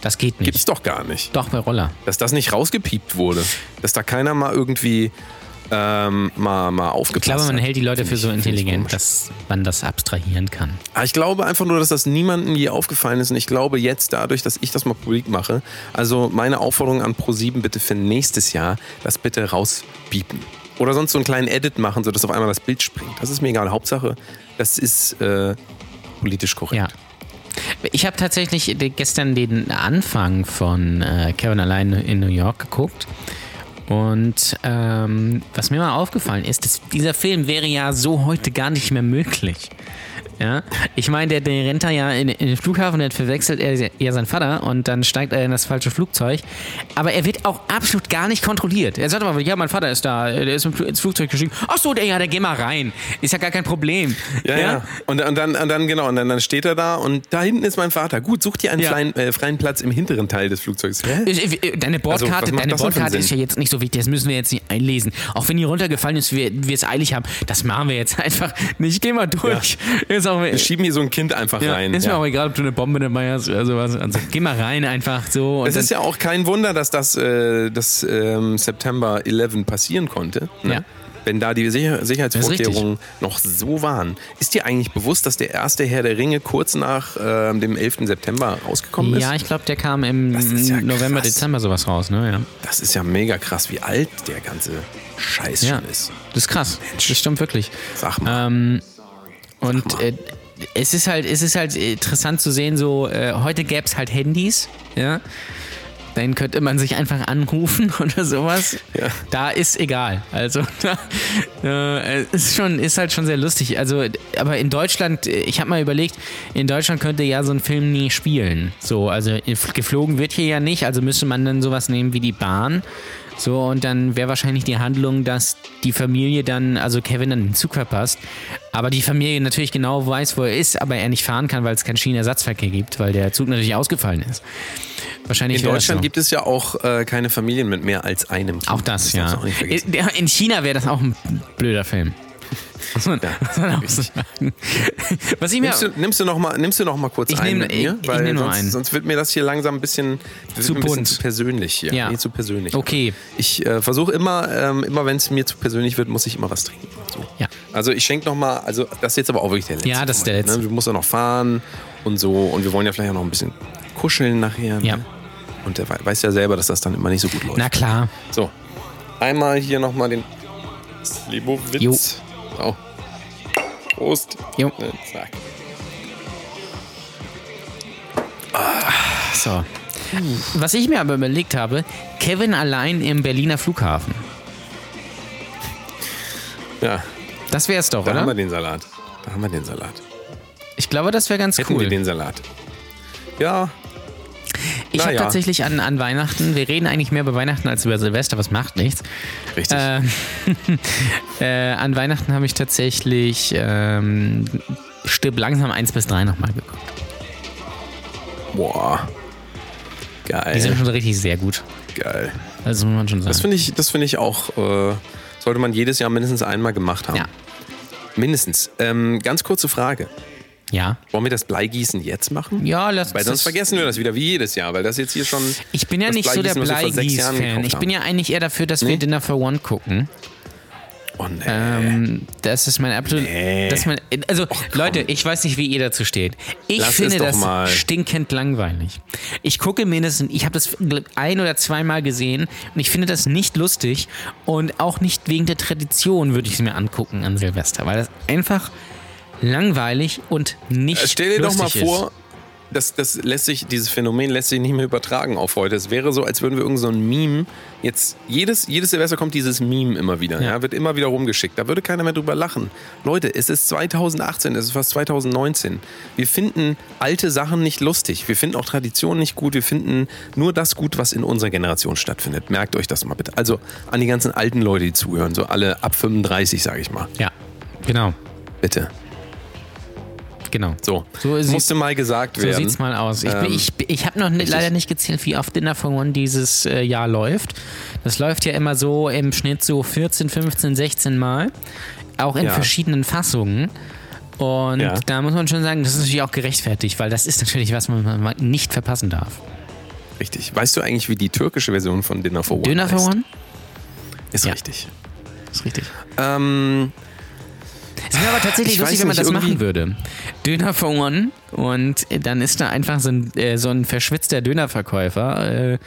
S3: Das geht nicht.
S2: gibt's doch gar nicht.
S3: Doch, bei Roller.
S2: Dass das nicht rausgepiept wurde. Dass da keiner mal irgendwie ähm, mal, mal
S3: Ich
S2: aufgepasst
S3: glaube, man
S2: hat.
S3: hält die Leute
S2: Finde
S3: für
S2: ich-
S3: so
S2: finde ich
S3: intelligent,
S2: komisch.
S3: dass man das abstrahieren kann.
S2: Aber Ah, ich glaube einfach nur, dass das niemandem je aufgefallen ist. Und ich glaube jetzt dadurch, dass ich das mal publik mache, also meine Aufforderung an Pro7 bitte für nächstes Jahr, das bitte rausbiepen. Oder sonst so einen kleinen Edit machen, sodass auf einmal das Bild springt. Das ist mir egal. Hauptsache, das ist äh, politisch korrekt.
S3: Ja. Ich habe tatsächlich de- gestern den Anfang von äh, Kevin allein in New York geguckt. Und ähm, was mir mal aufgefallen ist, dass dieser Film wäre ja so heute gar nicht mehr möglich. Ja, ich meine, der, der rennt da ja in, in den Flughafen, dann verwechselt er ja seinen Vater und dann steigt er in das falsche Flugzeug. Aber er wird auch absolut gar nicht kontrolliert. Er sagt aber, ja, mein Vater ist da, der ist im Fl- ins Flugzeug gestiegen. Ach so, der, ja, der geh mal rein. Ist ja gar kein Problem.
S2: Ja, ja. Und, und, dann, und dann, genau, und dann, dann steht er da und da hinten ist mein Vater. Gut, such dir einen
S3: Ja.
S2: freien, äh, freien Platz im hinteren Teil des Flugzeugs. Hä?
S3: Ich- ich- Deine
S2: Also, was
S3: Bordkarte,
S2: macht
S3: deine
S2: das denn für einen
S3: Bordkarte ist ja
S2: Sinn?
S3: jetzt nicht so wichtig, das müssen wir jetzt nicht einlesen. Auch wenn die runtergefallen ist, wir, wir es eilig haben, das machen wir jetzt (laughs) einfach nicht. Geh mal durch. Ist, auch,
S2: Wir schieben hier so ein Kind einfach
S3: ja,
S2: rein.
S3: ist mir
S2: Ja.
S3: auch egal, ob du eine Bombe dabei hast oder sowas. Also, geh mal rein einfach so. Und
S2: Es ist ja auch kein Wunder, dass das äh, das, ähm, September 11 passieren konnte. Ne?
S3: Ja.
S2: Wenn da die Sicher Sicherheitsvorkehrungen
S3: richtig.
S2: noch so waren. Ist dir eigentlich bewusst, dass der erste Herr der Ringe kurz nach ähm, dem 11. September rausgekommen
S3: ja,
S2: ist?
S3: ich glaube, der kam im
S2: Das ist ja
S3: November,
S2: krass.
S3: Dezember sowas raus. Ne? Ja.
S2: Das ist ja mega krass, wie alt der ganze Scheiß
S3: Ja,
S2: schon ist.
S3: das ist krass. Das stimmt wirklich.
S2: Sag mal.
S3: Ähm, und
S2: mal.
S3: äh, es ist halt, es ist halt interessant zu sehen, so äh, heute gäbe es halt Handys, ja. Dann könnte man sich einfach anrufen (laughs) oder sowas.
S2: Ja.
S3: Da ist egal. Also (laughs) da, äh, es ist schon, ist halt schon sehr lustig. Also, aber in Deutschland, äh, ich habe mal überlegt, in Deutschland könnte ja so ein Film nie spielen. So, also äh, geflogen wird hier ja nicht, also müsste man dann sowas nehmen wie die Bahn. So, und dann wäre wahrscheinlich die Handlung, dass die Familie dann, also Kevin dann den Zug verpasst, aber die Familie natürlich genau weiß, wo er ist, aber er nicht fahren kann, weil es keinen Schienenersatzverkehr gibt, weil der Zug natürlich ausgefallen ist. Wahrscheinlich
S2: in
S3: wär das
S2: Deutschland
S3: so.
S2: gibt es ja auch äh, keine Familien mit mehr als einem. Kind.
S3: Auch das,
S2: darfst
S3: ja. Äh,
S2: du Auch nicht vergessen.
S3: In in China wäre das auch ein
S2: (laughs)
S3: blöder Film. Muss man, muss man auch so sagen. Was ich mir.
S2: Nimmst, du, nimmst du noch mal, nimmst du noch mal kurz
S3: Ich
S2: einen
S3: nehm-
S2: mit mir?
S3: ich- ich
S2: Weil
S3: nehm nur
S2: sonst,
S3: einen.
S2: sonst wird mir das hier langsam ein bisschen wird
S3: Zu
S2: mir ein bisschen
S3: bunt.
S2: zu persönlich hier.
S3: Ja.
S2: Nee, zu persönlich.
S3: Okay.
S2: Ich äh, versuche immer, ähm, immer wenn es mir zu persönlich wird, muss ich immer was trinken. So.
S3: Ja.
S2: Also ich schenke noch mal, also das ist jetzt aber auch wirklich der letzte.
S3: Ja, das ist der
S2: Moment,
S3: letzte.
S2: Ne? Wir müssen ja noch fahren und so und wir wollen ja vielleicht auch noch ein bisschen kuscheln nachher.
S3: Ja.
S2: Ne? Und der wei- weiß ja selber, dass das dann immer nicht so gut läuft.
S3: Na klar.
S2: So, einmal hier noch mal den
S3: Jo.
S2: Slivovitz. Oh. Prost.
S3: Jo.
S2: Ne, zack.
S3: So. Was ich mir aber überlegt habe: Kevin allein im Berliner Flughafen.
S2: Ja,
S3: Das wäre es doch,
S2: Da haben wir
S3: oder?
S2: den Salat. Da haben wir den Salat.
S3: Ich glaube, das wäre ganz
S2: Hätten wir
S3: cool.
S2: den Salat. Ja,
S3: Ich habe
S2: naja.
S3: tatsächlich an, an Weihnachten, wir reden eigentlich mehr über Weihnachten als über Silvester, was macht nichts.
S2: richtig.
S3: Äh, äh, an Weihnachten habe ich tatsächlich ähm, Stirb langsam 1 bis 3 nochmal geguckt.
S2: Boah.
S3: Die sind
S2: Geil.
S3: schon richtig sehr gut.
S2: Geil.
S3: Also muss man schon
S2: Das
S3: sagen.
S2: finde ich, das finde ich auch, äh, sollte man jedes Jahr mindestens einmal gemacht haben.
S3: Ja.
S2: Mindestens. Ähm, ganz kurze Frage.
S3: Ja.
S2: Wollen wir das Bleigießen jetzt machen?
S3: Ja, lass
S2: Weil sonst
S3: das-
S2: vergessen wir das wieder wie jedes Jahr, weil das jetzt hier schon.
S3: Ich bin ja
S2: das
S3: nicht so der
S2: Bleigießen, was wir vor sechs Jahren
S3: Bleigieß-Fan.
S2: gekauft
S3: Ich bin
S2: haben.
S3: ja eigentlich eher dafür, dass
S2: Nee?
S3: wir Dinner for One gucken.
S2: Oh nee.
S3: Ähm, das ist mein absolut.
S2: Nee.
S3: Das ist mein, also, Leute, ich weiß nicht, wie ihr dazu steht. Ich
S2: Lass
S3: finde
S2: es doch
S3: das
S2: mal.
S3: stinkend langweilig. Ich gucke mir das, ich habe das ein oder zweimal gesehen und ich finde das nicht lustig und auch nicht wegen der Tradition würde ich es mir angucken an Silvester, weil das einfach langweilig und nicht
S2: Äh, Stell dir doch mal
S3: lustig
S2: vor, das, das lässt sich, dieses Phänomen lässt sich nicht mehr übertragen auf heute. Es wäre so, als würden wir irgendein so ein Meme jetzt, jedes, jedes Silvester kommt dieses Meme immer wieder, ja.
S3: Ja.
S2: wird immer wieder rumgeschickt. Da würde keiner mehr drüber lachen. Leute, es ist 2018, es ist fast 2019. Wir finden alte Sachen nicht lustig. Wir finden auch Traditionen nicht gut. Wir finden nur das gut, was in unserer Generation stattfindet. Merkt euch das mal bitte. Also an die ganzen alten Leute, die zuhören, so alle ab 35, sage ich mal.
S3: ist. Ja, genau,
S2: Bitte.
S3: genau.
S2: So,
S3: So ist es.
S2: musste mal gesagt
S3: So
S2: werden.
S3: sieht's mal aus. Ich, bin-
S2: Ähm,
S3: ich, bin- ich habe noch ni- leider nicht gezählt, wie oft Dinner for One dieses äh, Jahr läuft. Das läuft ja immer so im Schnitt so 14, 15, 16 Mal. Auch in
S2: Ja.
S3: verschiedenen Fassungen. Und
S2: Ja.
S3: da muss man schon sagen, das ist natürlich auch gerechtfertigt, weil das ist natürlich was, was man nicht verpassen darf.
S2: Richtig. Weißt du eigentlich, wie die türkische Version von Dinner for One
S3: Dinner for
S2: heißt?
S3: One?
S2: Ist
S3: Ja.
S2: richtig.
S3: Ist richtig.
S2: Ähm,
S3: Es wäre aber tatsächlich
S2: Ich
S3: lustig,
S2: weiß
S3: wenn man
S2: nicht,
S3: das machen
S2: irgendwie-
S3: würde. Döner for One und dann ist da einfach so ein, äh, so ein verschwitzter Dönerverkäufer, äh,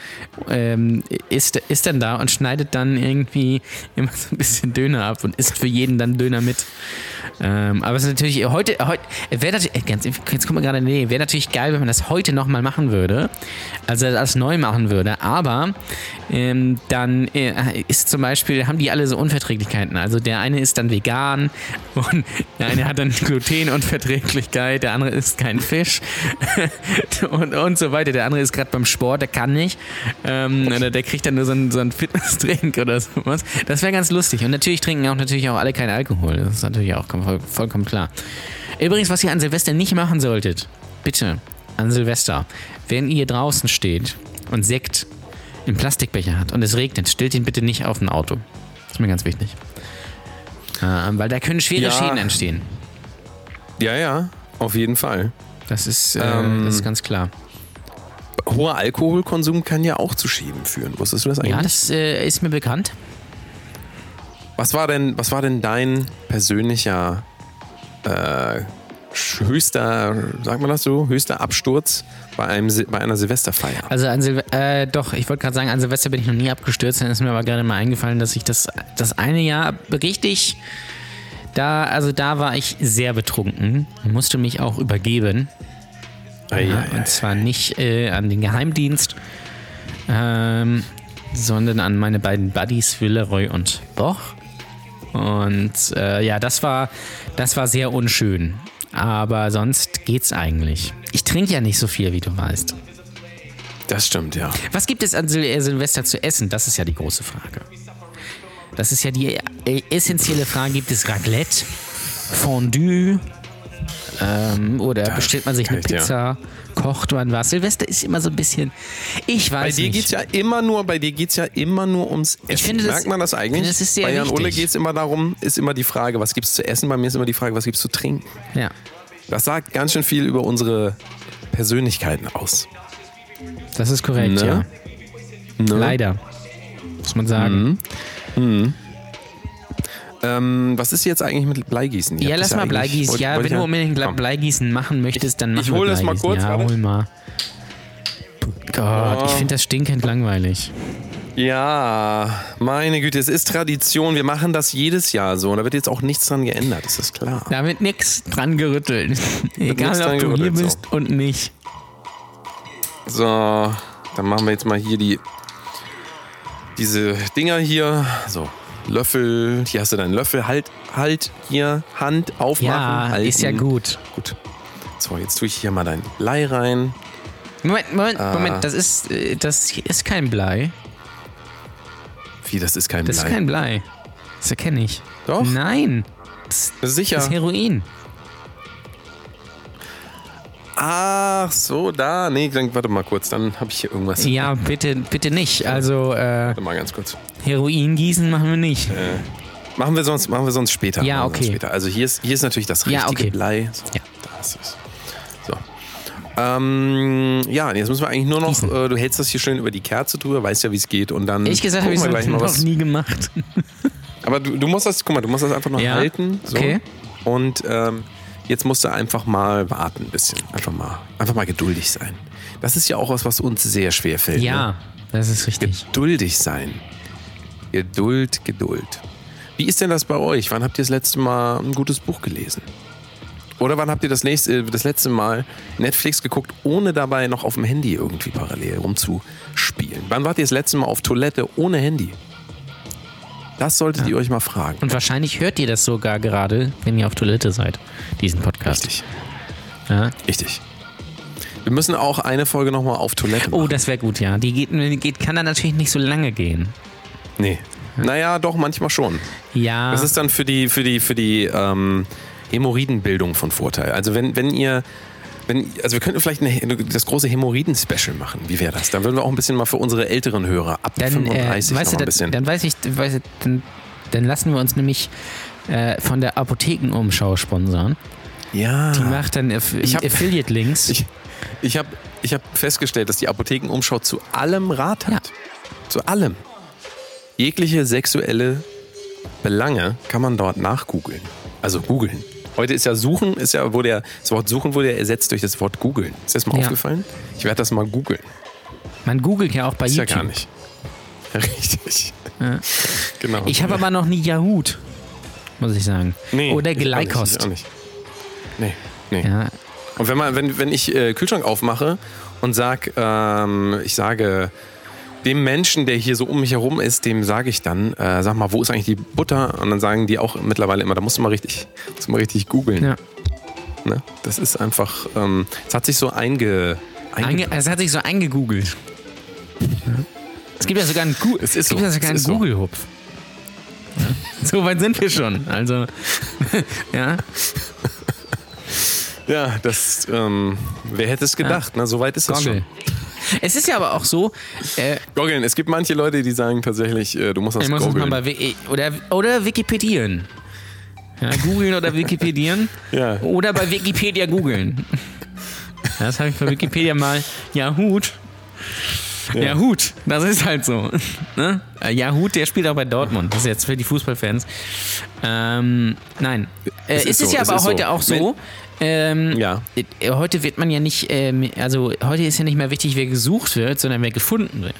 S3: ähm, ist, ist dann da und schneidet dann irgendwie immer so ein bisschen Döner ab und isst für jeden dann Döner mit. Ähm, aber es ist natürlich heute, heute wäre natürlich, äh, ganz, jetzt kommt mir gerade, nee, wäre natürlich geil, wenn man das heute nochmal machen würde, also das neu machen würde, aber ähm, dann äh, ist zum Beispiel, haben die alle so Unverträglichkeiten, also der eine ist dann vegan (laughs) und der eine hat dann Glutenunverträglichkeit, der andere isst keinen Fisch (laughs) und, und so weiter, der andere ist gerade beim Sport, der kann nicht ähm, oder der kriegt dann nur so einen, so einen Fitness-Drink (laughs) oder sowas, das wäre ganz lustig und natürlich trinken auch natürlich auch alle keinen Alkohol, das ist natürlich auch voll, vollkommen klar. Übrigens, was ihr an Silvester nicht machen solltet, bitte, an Silvester, wenn ihr draußen steht und Sekt im Plastikbecher hat und es regnet, stellt ihn bitte nicht auf ein Auto. Ist mir ganz wichtig. Ähm, weil da können schwere
S2: Ja.
S3: Schäden entstehen.
S2: ja, ja, auf jeden Fall.
S3: Das ist, äh,
S2: Ähm,
S3: das ist ganz klar.
S2: Hoher Alkoholkonsum kann ja auch zu Schäden führen. Wusstest du das eigentlich?
S3: Ja, das äh, ist mir bekannt.
S2: was, war denn, was war denn dein persönlicher äh, sch- höchster, sagt man das so, höchster Absturz bei, einem, Sil- bei einer Silvesterfeier?
S3: Also an Silve äh, doch, ich wollte gerade sagen, an Silvester bin ich noch nie abgestürzt, dann ist mir aber gerade mal eingefallen, dass ich das, das eine Jahr richtig, da, also da war ich sehr betrunken, musste mich auch übergeben.
S2: Ei,
S3: Äh, Ja,
S2: ei, ei.
S3: Ah, und zwar nicht äh, an den Geheimdienst, ähm, sondern an meine beiden Buddies Willeroy und Boch. Und äh, ja, das war, das war sehr unschön. Aber sonst geht's eigentlich. Ich trinke ja nicht so viel, wie du weißt.
S2: Das stimmt, ja.
S3: Was gibt es an Sil äh, Silvester zu essen? Das ist ja die große Frage. Das ist ja die äh, essentielle Frage. Gibt es Raclette, Fondue ähm, oder bestellt man sich eine
S2: reicht, ja.
S3: Pizza? Kocht man was? Silvester ist immer so ein bisschen. Ich
S2: Bei
S3: weiß
S2: dir
S3: nicht.
S2: geht's ja immer nur, bei dir geht's ja immer nur ums Essen.
S3: finde das-
S2: Merkt man das eigentlich?
S3: finde, das ist sehr
S2: bei Jan Ole
S3: wichtig.
S2: geht's immer darum, ist immer die Frage, was gibt's zu essen? Bei mir ist immer die Frage, was gibt's zu trinken?
S3: ja.
S2: Das sagt ganz schön viel über unsere Persönlichkeiten aus.
S3: Das ist korrekt,
S2: Ne?
S3: ja.
S2: Ne? Mhm.
S3: Leider. Muss man sagen.
S2: Ähm, was ist jetzt eigentlich mit Bleigießen? Ihr
S3: Ja,
S2: habt
S3: lass
S2: das
S3: mal
S2: eigentlich-
S3: Bleigießen.
S2: wollt-
S3: Ja,
S2: wollt
S3: wenn du unbedingt Ble-
S2: komm.
S3: Bleigießen machen möchtest, dann mach
S2: ich hol das mal
S3: Bleigießen.
S2: kurz,
S3: Ja,
S2: warte.
S3: hol mal. Gott, ich
S2: Oh.
S3: finde das stinkend langweilig.
S2: Ja, meine Güte, es ist Tradition. Wir machen das jedes Jahr so. Und da wird jetzt auch nichts dran geändert, ist das klar.
S3: Da wird nix dran
S2: (laughs)
S3: gerüttelt. Egal,
S2: nix dran
S3: ob du hier
S2: gerüttelt, so.
S3: bist und nicht.
S2: So, dann machen wir jetzt mal hier die diese Dinger hier. So, Löffel. Hier hast du deinen Löffel. Halt, halt hier, Hand aufmachen.
S3: Ja,
S2: halten.
S3: ist ja gut.
S2: Gut. So, jetzt tue ich hier mal dein Blei rein.
S3: Moment, Moment,
S2: Ah.
S3: Moment. Das ist, äh, das ist kein Blei.
S2: Wie, das ist kein
S3: Das
S2: Blei.
S3: ist kein Blei. Das erkenne ich.
S2: Doch.
S3: Nein. Das,
S2: Sicher.
S3: das ist Heroin.
S2: Ach so, da. Nee, dann, warte mal kurz. Dann habe ich hier irgendwas.
S3: Ja, bitte, bitte nicht. Also, äh,
S2: Warte mal ganz kurz.
S3: Heroin gießen machen wir nicht.
S2: Ähm, Machen wir sonst, machen wir sonst später.
S3: Ja,
S2: Machen wir sonst
S3: okay.
S2: Später. Also hier ist, hier ist natürlich das richtige
S3: Ja, okay.
S2: Blei. So,
S3: Ja.
S2: Da ist es. So. Ähm, ja, und jetzt müssen wir eigentlich nur noch, äh, du hältst das hier schön über die Kerze drüber, weißt ja, wie es geht. Und dann
S3: Ehrlich gesagt habe ich
S2: gucken wir
S3: es
S2: (laughs) gleich mal
S3: noch
S2: was.
S3: nie gemacht.
S2: Aber du, du musst das, guck mal, du musst das einfach noch
S3: Ja.
S2: halten. So.
S3: Okay.
S2: Und ähm, jetzt musst du einfach mal warten ein bisschen. Einfach mal, einfach mal geduldig sein. Das ist ja auch was, was uns sehr schwer fällt. Ne?
S3: Ja, das ist richtig.
S2: Geduldig sein. Geduld, Geduld. Wie ist denn das bei euch? Wann habt ihr das letzte Mal ein gutes Buch gelesen? Oder wann habt ihr das, nächste, äh, das letzte Mal Netflix geguckt, ohne dabei noch auf dem Handy irgendwie parallel rumzuspielen? Wann wart ihr das letzte Mal auf Toilette ohne Handy? Das solltet ihr euch mal fragen.
S3: Und wahrscheinlich hört ihr das sogar gerade, wenn ihr auf Toilette seid, diesen Podcast.
S2: Richtig,
S3: Ja.
S2: richtig. Wir müssen auch eine Folge nochmal auf Toilette machen.
S3: Oh, das wäre gut, ja. Die geht, geht, kann dann natürlich nicht so lange gehen.
S2: nee. Naja, doch, manchmal schon.
S3: Ja.
S2: Das ist dann für die, für die, für die ähm, Hämorrhoidenbildung von Vorteil. Also wenn, wenn ihr. Wenn, also wir könnten vielleicht eine, das große Hämorrhoiden-Special machen. Wie wäre das? Dann würden wir auch ein bisschen mal für unsere älteren Hörer ab
S3: dann, äh,
S2: 35 noch
S3: weißt
S2: mal
S3: du,
S2: ein
S3: dann,
S2: bisschen.
S3: dann weiß ich, weiß ich dann, dann lassen wir uns nämlich äh, von der Apothekenumschau sponsern.
S2: ja.
S3: Die macht dann Aff
S2: Ah. Ich hab-
S3: Affiliate-Links.
S2: Ich, ich habe ich hab festgestellt, dass die Apothekenumschau zu allem Rat hat. Zu allem. Jegliche sexuelle Belange kann man dort nachgoogeln. Also googeln. Heute ist ja Suchen, ist ja, wurde ja, das Wort Suchen wurde ja ersetzt durch das Wort Googeln. Ist das mal
S3: Ja.
S2: aufgefallen? Ich werde das mal googeln.
S3: Man googelt ja auch bei
S2: Ist ja
S3: YouTube.
S2: gar nicht. (laughs) Richtig. Genau.
S3: Ich habe aber noch nie Yahoo, muss ich sagen.
S2: Nee,
S3: Oder
S2: ich auch nicht,
S3: Gleikost.
S2: ich auch nicht. Nee, nee.
S3: Ja,
S2: Und wenn, man, wenn, wenn ich äh, Kühlschrank aufmache und sag, ähm, ich sage dem Menschen, der hier so um mich herum ist, dem sage ich dann, äh, sag mal, wo ist eigentlich die Butter? Und dann sagen die auch mittlerweile immer, da musst du mal richtig, musst du mal richtig googeln.
S3: ja.
S2: Ne? Das ist einfach, ähm, es hat sich so einge, einge,
S3: Einge es hat sich so eingegoogelt. Es gibt ja sogar einen, Gu
S2: Es
S3: es
S2: ist
S3: gibt
S2: so,
S3: ja sogar
S2: es
S3: einen
S2: ist so.
S3: Google-Hupf. Ja. (laughs) So weit sind wir schon. Also, (laughs) ja.
S2: Ja, das, ähm, wer hätte es gedacht? Ne? So weit ist das
S3: Goggle.
S2: schon.
S3: Es ist ja aber auch so, äh,
S2: Goggeln. Es gibt manche Leute, die sagen tatsächlich, äh, du musst das
S3: ich muss das mal
S2: goggeln.
S3: bei Wiki- oder, oder Wikipedieren. Ja, googeln oder Wikipedieren.
S2: Ja.
S3: Oder bei Wikipedia googeln. Das habe ich bei Wikipedia mal. Ja, Hut. Ja, Hut. Das ist halt so. Ne? Äh, Ja, Hut, der spielt auch bei Dortmund. Das ist jetzt für die Fußballfans. Ähm, nein. Äh,
S2: Es
S3: ist,
S2: ist
S3: es
S2: so,
S3: ja
S2: es
S3: aber
S2: ist
S3: heute
S2: so.
S3: auch so. Ähm,
S2: Ja.
S3: äh, Heute wird man ja nicht, ähm, also heute ist ja nicht mehr wichtig, wer gesucht wird, sondern wer gefunden wird.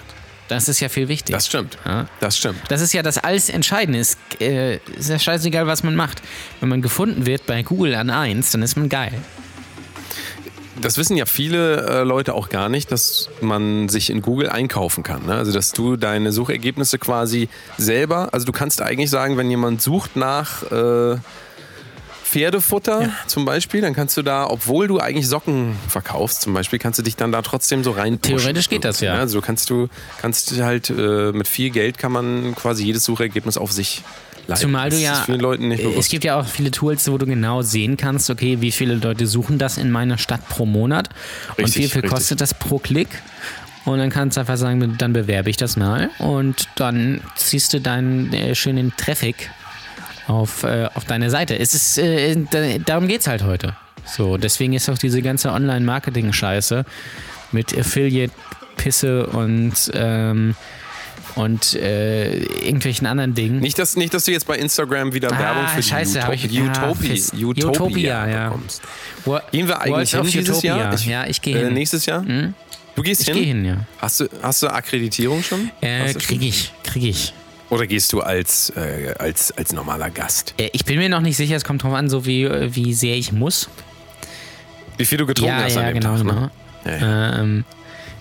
S3: Das ist ja viel wichtiger.
S2: Das stimmt.
S3: Ja.
S2: Das stimmt.
S3: Das ist ja das alles Entscheidende. Es äh, ist ja scheißegal, was man macht. Wenn man gefunden wird bei Google an 1, dann ist man geil.
S2: Das wissen ja viele äh, Leute auch gar nicht, dass man sich in Google einkaufen kann. Ne? Also dass du deine Suchergebnisse quasi selber, also du kannst eigentlich sagen, wenn jemand sucht nach äh, Pferdefutter zum Beispiel, dann kannst du da, obwohl du eigentlich Socken verkaufst zum Beispiel, kannst du dich dann da trotzdem so rein.
S3: Theoretisch geht das, ja.
S2: Also kannst du, kannst du halt äh, mit viel Geld kann man quasi jedes Suchergebnis auf sich leiten.
S3: Zumal du
S2: das
S3: ja. Äh,
S2: Ist vielen Leuten nicht
S3: es
S2: bewusst.
S3: gibt ja auch viele Tools, wo du genau sehen kannst, okay, wie viele Leute suchen das in meiner Stadt pro Monat und
S2: Richtig,
S3: wie viel
S2: richtig.
S3: kostet das pro Klick. Und dann kannst du einfach sagen, dann bewerbe ich das mal und dann ziehst du deinen äh, schönen Traffic auf, äh, auf deine Seite. Es ist, äh, da, darum geht's halt heute. So, deswegen ist auch diese ganze Online-Marketing-Scheiße mit Affiliate-Pisse und, ähm, und äh, irgendwelchen anderen Dingen.
S2: Nicht dass, nicht, dass du jetzt bei Instagram wieder
S3: Ah,
S2: Werbung für die
S3: scheiße, hab ich- ah,
S2: Utopia,
S3: Fist.
S2: Utopia,
S3: Utopia,
S2: Utopia
S3: ja.
S2: bekommst.
S3: Wo-
S2: Gehen wir eigentlich
S3: World
S2: hin
S3: of
S2: dieses
S3: Utopia.
S2: Jahr?
S3: ja, ich gehe
S2: äh,
S3: hin. Hm?
S2: Nächstes Jahr? Du gehst
S3: Ich
S2: hin?
S3: gehe hin, ja.
S2: Hast du, hast du Akkreditierung schon?
S3: Äh,
S2: Hast du schon?
S3: krieg ich, krieg ich.
S2: Oder gehst du als, äh, als, als normaler Gast?
S3: Äh, ich bin mir noch nicht sicher, es kommt drauf an, so wie, äh, wie sehr ich muss.
S2: Wie viel du getrunken hast an dem
S3: genau,
S2: Tag,
S3: genau.
S2: ne? Ja, ja.
S3: Ähm,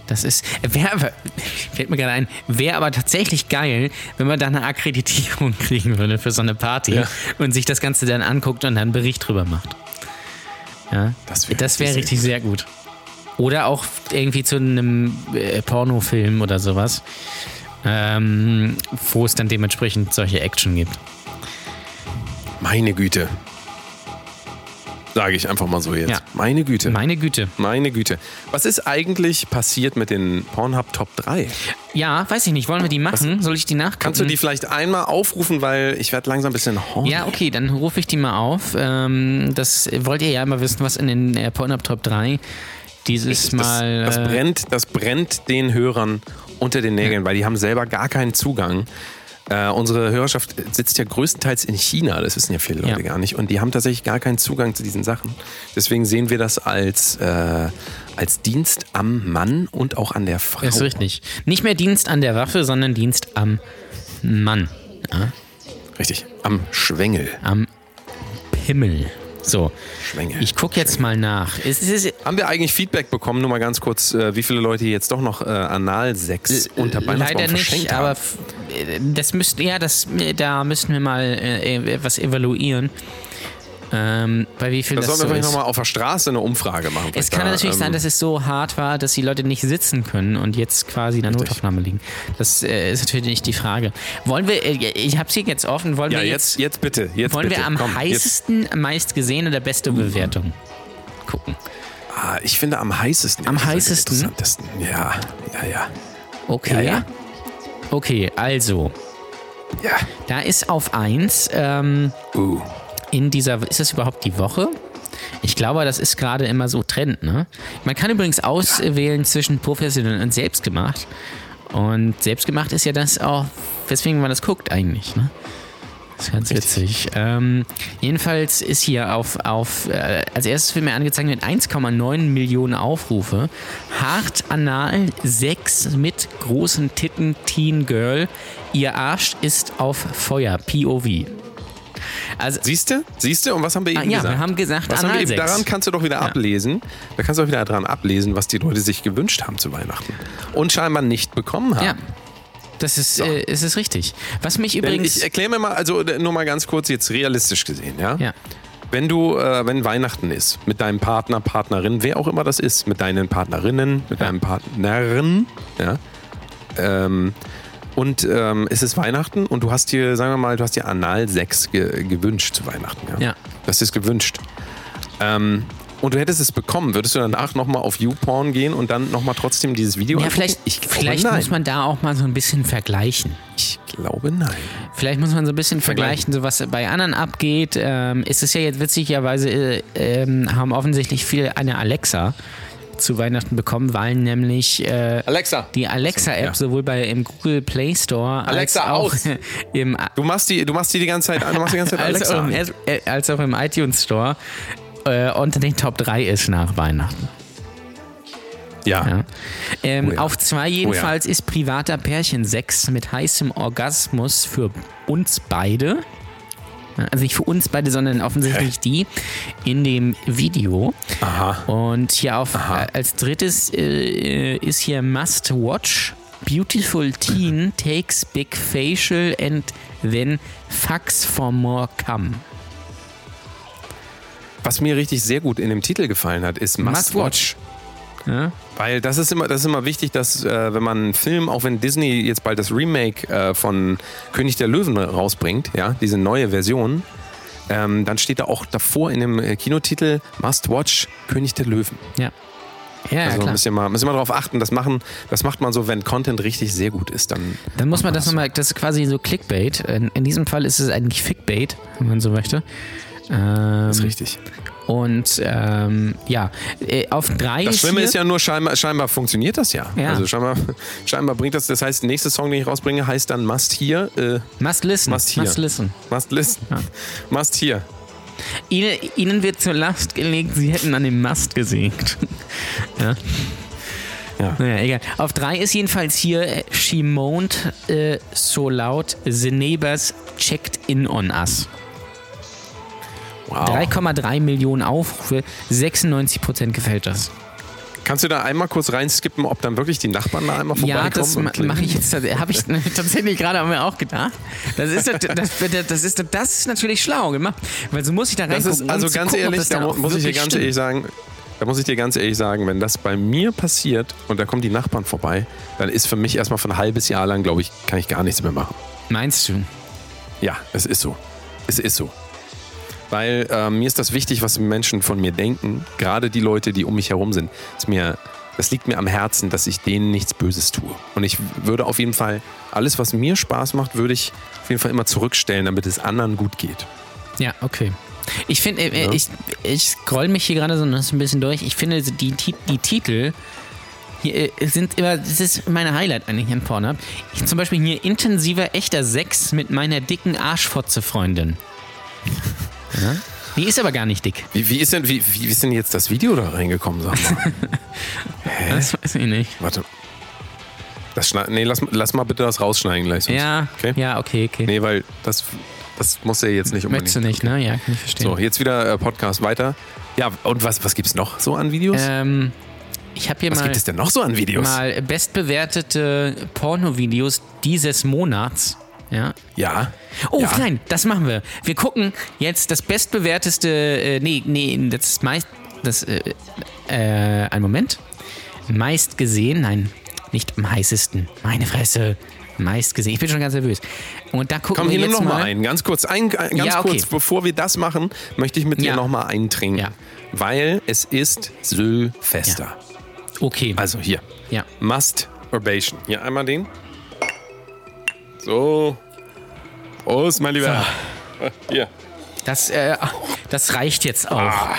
S3: das ist, wer, aber- (laughs) fällt mir gerade ein, wäre aber tatsächlich geil, wenn man da eine Akkreditierung (laughs) kriegen würde für so eine Party
S2: Ja.
S3: und sich das Ganze dann anguckt und dann einen Bericht drüber macht. Ja,
S2: Das wär
S3: das wäre
S2: richtig
S3: richtig sehr gut. Oder auch irgendwie zu einem äh, Pornofilm oder sowas, ähm, wo es dann dementsprechend solche Action gibt.
S2: Meine Güte. Sage ich einfach mal so jetzt.
S3: Ja.
S2: Meine Güte.
S3: Meine Güte.
S2: Meine Güte. Was ist eigentlich passiert mit den Pornhub Top 3?
S3: Ja, weiß ich nicht, wollen wir die machen? Soll ich die nachgucken?
S2: Kannst du die vielleicht einmal aufrufen, weil ich werde langsam ein bisschen horny.
S3: Ja, okay, dann rufe ich die mal auf. Ähm, das wollt ihr ja immer wissen, was in den äh, Pornhub Top 3 dieses Mal.
S2: Das, das,
S3: äh,
S2: brennt, das brennt den Hörern unter den Nägeln, weil die haben selber gar keinen Zugang. Äh, unsere Hörerschaft sitzt ja größtenteils in China, das wissen ja viele Leute
S3: Ja.
S2: gar nicht. Und die haben tatsächlich gar keinen Zugang zu diesen Sachen. Deswegen sehen wir das als, äh, als Dienst am Mann und auch an der Frau.
S3: Das ist richtig. Nicht mehr Dienst an der Waffe, sondern Dienst am Mann.
S2: Richtig. Am Schwengel.
S3: Am Himmel. So,
S2: Schwengel.
S3: ich gucke jetzt mal nach. Ist, ist, ist,
S2: Haben wir eigentlich Feedback bekommen, nur mal ganz kurz, äh, wie viele Leute hier jetzt doch noch äh, Analsex äh, unter Weihnachtsbaum
S3: Leider
S2: verschenkt
S3: nicht,
S2: haben?
S3: aber f- äh, das müssten, ja, das, äh, da müssen wir mal äh, äh, was evaluieren. Ähm, bei wie viel
S2: Da
S3: das,
S2: sollen wir
S3: so
S2: vielleicht
S3: ist.
S2: nochmal auf der Straße eine Umfrage machen.
S3: Es
S2: Vielleicht
S3: kann
S2: da,
S3: natürlich
S2: ähm,
S3: sein, dass es so hart war, dass die Leute nicht sitzen können und jetzt quasi in der Notaufnahme liegen. Das äh, ist natürlich nicht die Frage. Wollen wir, äh, ich habe hier jetzt offen, wollen
S2: Ja,
S3: wir
S2: jetzt, jetzt bitte. Jetzt
S3: Wollen
S2: bitte.
S3: wir am
S2: Komm, jetzt. Uh.
S3: heißesten, am meist gesehen oder beste Bewertung gucken?
S2: Ah, ich finde am heißesten.
S3: Am
S2: ehrlich gesagt,
S3: heißesten?
S2: Interessantesten. Ja, ja, ja.
S3: Okay.
S2: Ja, ja.
S3: Okay, also,
S2: Ja.
S3: da ist auf 1 ähm,
S2: Uh.
S3: in dieser, ist das überhaupt die Woche? Ich glaube, das ist gerade immer so Trend, ne? Man kann übrigens auswählen zwischen professionell und selbstgemacht. Und selbstgemacht ist ja das auch, weswegen man das guckt eigentlich, ne? Das ist ganz witzig. Ähm, jedenfalls ist hier auf, auf äh, als erstes wird mir angezeigt mit 1,9 Millionen Aufrufe. Hart anal 6 mit großen Titten Teen Girl. Ihr Arsch ist auf Feuer. POV. Also
S2: Siehst du? Siehst du? Und was haben wir eben
S3: Ah, ja,
S2: gesagt?
S3: wir haben gesagt,
S2: was haben wir eben,
S3: Analsex.
S2: daran kannst du doch wieder ablesen. Da kannst du doch wieder daran ablesen, was die Leute sich gewünscht haben zu Weihnachten. Und scheinbar nicht bekommen haben.
S3: Ja. Das ist, äh, es ist richtig. Was mich
S2: Denn
S3: übrigens.
S2: ich äh, erkläre mir mal, also äh, nur mal ganz kurz jetzt realistisch gesehen, ja?
S3: ja.
S2: Wenn du, äh, wenn Weihnachten ist, mit deinem Partner, Partnerin, wer auch immer das ist, mit deinen Partnerinnen, mit deinem Partnerin, ja, ähm, und ähm, es ist Weihnachten und du hast dir, sagen wir mal, du hast dir Analsex ge gewünscht zu Weihnachten, ja?
S3: Ja.
S2: Du hast dir es gewünscht. Ähm, und du hättest es bekommen, würdest du danach nochmal auf YouPorn gehen und dann nochmal trotzdem dieses Video
S3: Ja,
S2: angucken?
S3: vielleicht,
S2: ich glaube,
S3: vielleicht
S2: nein.
S3: muss man da auch mal so ein bisschen vergleichen.
S2: Ich glaube, nein.
S3: Vielleicht muss man so ein bisschen
S2: Vergleichen.
S3: vergleichen, so was bei anderen abgeht. Ähm, es ist ja jetzt witzigerweise, äh, ähm, haben offensichtlich viele eine Alexa zu Weihnachten bekommen, weil nämlich äh,
S2: Alexa!
S3: die Alexa-App
S2: Ja.
S3: sowohl bei im Google Play Store
S2: Alexa,
S3: als
S2: aus!
S3: auch (laughs) im
S2: Du machst die, du machst die, die ganze Zeit an, du machst die
S3: (laughs)
S2: ganze Zeit
S3: als
S2: Alexa
S3: auch, im,
S2: an.
S3: App- äh, als auch im iTunes Store äh, unter den Top 3 ist nach Weihnachten.
S2: Ja.
S3: Ja. Ähm,
S2: Oh ja.
S3: Auf zwei jedenfalls ist privater Pärchensex mit heißem Orgasmus für uns beide. Also nicht für uns beide, sondern offensichtlich die in dem Video.
S2: Aha.
S3: Und hier auf als drittes äh, ist hier Must Watch. Beautiful Teen
S2: (laughs)
S3: takes big facial and then fucks for more cum.
S2: Was mir richtig sehr gut in dem Titel gefallen hat, ist Must,
S3: Must
S2: Watch.
S3: Watch. Ja?
S2: Weil das ist immer, das ist immer wichtig, dass äh, wenn man einen Film, auch wenn Disney jetzt bald das Remake äh, von König der Löwen rausbringt, ja, diese neue Version, ähm, dann steht da auch davor in dem äh, Kinotitel Must Watch König der Löwen.
S3: Ja. Ja,
S2: Also
S3: klar.
S2: müssen wir mal, müssen wir darauf achten. Das machen, das macht man so, wenn Content richtig sehr gut ist, dann
S3: Dann muss man das nochmal, das ist quasi so Clickbait. In, in diesem Fall ist es eigentlich Fickbait, wenn man so möchte. Ähm,
S2: ist richtig.
S3: Und ähm, ja, äh, auf drei
S2: Das Schlimme
S3: hier-
S2: ist ja nur, scheinbar, scheinbar funktioniert das ja.
S3: Ja.
S2: Also scheinbar, (laughs) scheinbar bringt das, das heißt, der nächste Song, den ich rausbringe, heißt dann Must Here, äh,
S3: Must listen.
S2: Must
S3: Must,
S2: hier.
S3: listen.
S2: Must Listen, Must Here.
S3: Ihnen, ihnen wird zur Last gelegt, sie hätten an dem Mast gesägt. (laughs) ja.
S2: Ja.
S3: Naja, egal. Auf drei ist jedenfalls hier äh, She moaned äh, so loud, the neighbors checked in on us.
S2: Wow.
S3: 3,3 Millionen Aufrufe, 96% gefällt das.
S2: Kannst du da einmal kurz reinskippen, ob dann wirklich die Nachbarn da einmal vorbeikommen?
S3: Ja, das
S2: und
S3: ma-
S2: klingeln?
S3: mache ich jetzt. Habe ich (laughs) tatsächlich gerade an mir auch gedacht. Das ist, nat- das, das, das, ist, das ist natürlich schlau gemacht, weil so muss ich da
S2: Das
S3: reingucken.
S2: ist, also
S3: um zu
S2: ganz
S3: gucken, ob
S2: ehrlich,
S3: das
S2: da
S3: dann
S2: mu-
S3: auch
S2: muss ich dir
S3: wirklich
S2: ganz
S3: stimmt.
S2: ehrlich sagen, da muss ich dir ganz ehrlich sagen, wenn das bei mir passiert und da kommen die Nachbarn vorbei, dann ist für mich erstmal für ein halbes Jahr lang, glaube ich, kann ich gar nichts mehr machen.
S3: Meinst du?
S2: Ja, es ist so. Es ist so. Weil äh, mir ist das wichtig, was Menschen von mir denken, gerade die Leute, die um mich herum sind. Ist mir, das liegt mir am Herzen, dass ich denen nichts Böses tue. Und ich würde auf jeden Fall, alles, was mir Spaß macht, würde ich auf jeden Fall immer zurückstellen, damit es anderen gut geht.
S3: Ja, okay. Ich finde, äh,
S2: Ja.
S3: ich, ich scroll mich hier gerade so noch so ein bisschen durch. Ich finde, die, Ti- die Titel Hier äh, sind immer, das ist meine Highlight eigentlich an Pornhub. Ich, zum Beispiel hier intensiver, echter Sex mit meiner dicken Arschfotze-Freundin. Ja? Die ist aber gar nicht dick.
S2: Wie, wie, ist denn, wie, wie ist denn jetzt das Video da reingekommen, sag
S3: (laughs)
S2: mal? Hä?
S3: Das weiß ich nicht.
S2: Warte. Das schneid, nee, lass, lass mal bitte das rausschneiden gleich. sonst.
S3: Ja,
S2: Okay?
S3: ja, okay, okay.
S2: Nee, weil das, das muss er jetzt nicht unbedingt.
S3: Möchtest du nicht, ne? Ja, kann ich verstehen.
S2: So, jetzt wieder äh, Podcast weiter. Ja, und was, was gibt's noch so an Videos?
S3: Ähm, ich habe hier
S2: was
S3: mal,
S2: gibt es denn noch so an Videos?
S3: mal bestbewertete Pornovideos dieses Monats. Ja.
S2: Ja.
S3: Oh
S2: ja.
S3: nein, das machen wir. Wir gucken jetzt das bestbewerteste, äh, nee, nee, das meist, das, äh, äh, ein Moment. Meist gesehen, nein, nicht am heißesten. Meine Fresse. Meist gesehen. Ich bin schon ganz nervös. Und da gucken
S2: Komm,
S3: wir
S2: hier nimm
S3: jetzt
S2: noch mal
S3: mal
S2: einen. Ganz kurz, ein, ein, ganz
S3: Ja, okay.
S2: kurz, bevor wir das machen, möchte ich mit dir
S3: Ja.
S2: noch mal einen trinken.
S3: Ja.
S2: Weil es ist Sylvester.
S3: Okay.
S2: Also hier.
S3: ja.
S2: Masturbation. Hier einmal den. So. Prost, mein Lieber. (laughs) Hier.
S3: Das, äh, das reicht jetzt auch.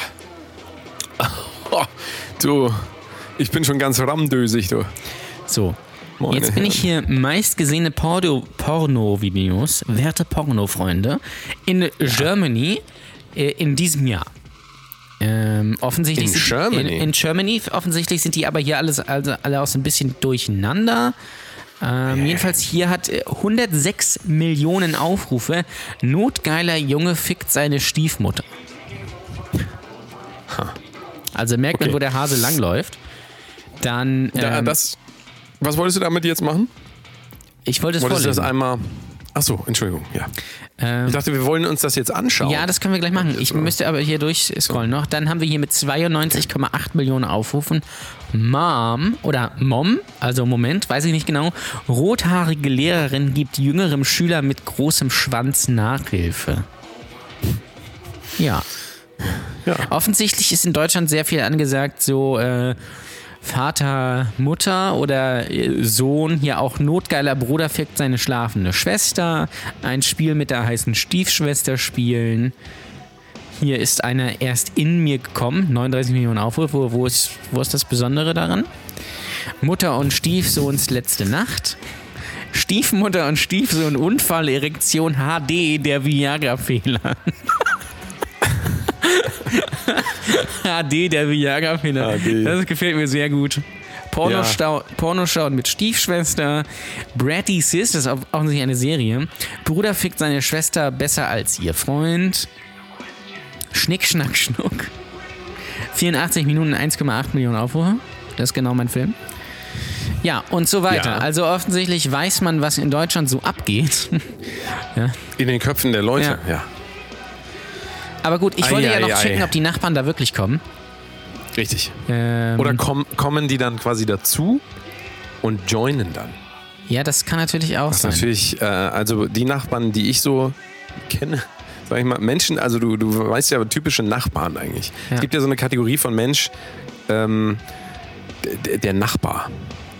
S2: Oh, du, ich bin schon ganz ramdösig, du.
S3: So.
S2: Meine
S3: Jetzt bin ich hier meistgesehene Porno- Porno-Videos, werte Porno-Freunde, in Germany äh, in diesem Jahr. Ähm, offensichtlich
S2: In
S3: sind die-
S2: Germany?
S3: In, in Germany, offensichtlich sind die aber hier alles, also alle auch so ein bisschen durcheinander. Ähm, jedenfalls hier hat äh, 106 Millionen Aufrufe. Notgeiler Junge fickt seine Stiefmutter. Also merkt man,
S2: Okay.
S3: wo der Hase langläuft. Dann,
S2: Da,
S3: ähm,
S2: das, was wolltest du damit jetzt machen?
S3: ich wollte es
S2: Wolltest du
S3: vorlesen.
S2: das einmal. Achso, Entschuldigung, ja.
S3: Ähm,
S2: Ich dachte, wir wollen uns das jetzt anschauen.
S3: Ja, das können wir gleich machen. Ich müsste aber hier durchscrollen noch. Dann haben wir hier mit 92,8 Millionen Aufrufen Mom oder Mom, also Moment, weiß ich nicht genau. Rothaarige Lehrerin gibt jüngerem Schüler mit großem Schwanz Nachhilfe. Ja.
S2: Ja.
S3: Offensichtlich ist in Deutschland sehr viel angesagt, so äh, Vater, Mutter oder äh, Sohn, hier auch notgeiler Bruder fickt seine schlafende Schwester, ein Spiel mit der heißen Stiefschwester spielen. Hier ist einer erst in mir gekommen, 39 Millionen Aufrufe, wo, wo, ist, wo ist das Besondere daran? Mutter und Stiefsohns letzte Nacht. Stiefmutter und Stiefsohn Unfall, Erektion HD, der Viagra-Fehler. HD, der Viagra-Fehler.
S2: HD.
S3: Das gefällt mir sehr gut. Pornostau, Pornoschauen mit Stiefschwester. Bratty Sis, das ist auch- offensichtlich eine Serie. Bruder fickt seine Schwester besser als ihr Freund. Schnick, Schnack, Schnuck. 84 Minuten, 1,8 Millionen Aufrufe. Das ist genau mein Film. Ja, und so weiter.
S2: Ja.
S3: Also offensichtlich weiß man, was in Deutschland so abgeht. (laughs)
S2: In den Köpfen der Leute, ja.
S3: Aber gut, ich wollte
S2: Ei,
S3: ja
S2: ei,
S3: noch
S2: ei.
S3: checken, ob die Nachbarn da wirklich kommen.
S2: Richtig.
S3: Ähm,
S2: Oder komm, kommen die dann quasi dazu und joinen dann?
S3: ja, das kann natürlich auch
S2: Das ist
S3: sein.
S2: natürlich, äh, also die Nachbarn, die ich so kenne, (laughs) sag ich mal, Menschen, also du, du weißt ja typische Nachbarn eigentlich.
S3: Ja.
S2: Es gibt ja so eine Kategorie von Mensch, ähm, d- d- der Nachbar.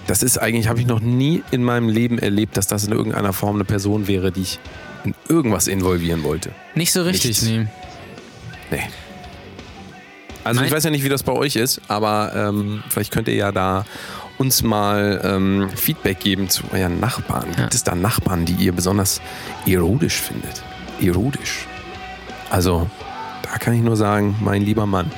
S2: Das ist eigentlich, habe ich noch nie in meinem Leben erlebt, dass das in irgendeiner Form eine Person wäre, die ich in irgendwas involvieren wollte.
S3: Nicht so richtig,
S2: Nichts.
S3: nee.
S2: Nee. Also
S3: Mein-
S2: ich weiß ja nicht, wie das bei euch ist, aber ähm, vielleicht könnt ihr ja da uns mal ähm, Feedback geben zu euren Nachbarn.
S3: Ja.
S2: Gibt es da Nachbarn, die ihr besonders erotisch findet? Erotisch. Also, da kann ich nur sagen, mein lieber Mann.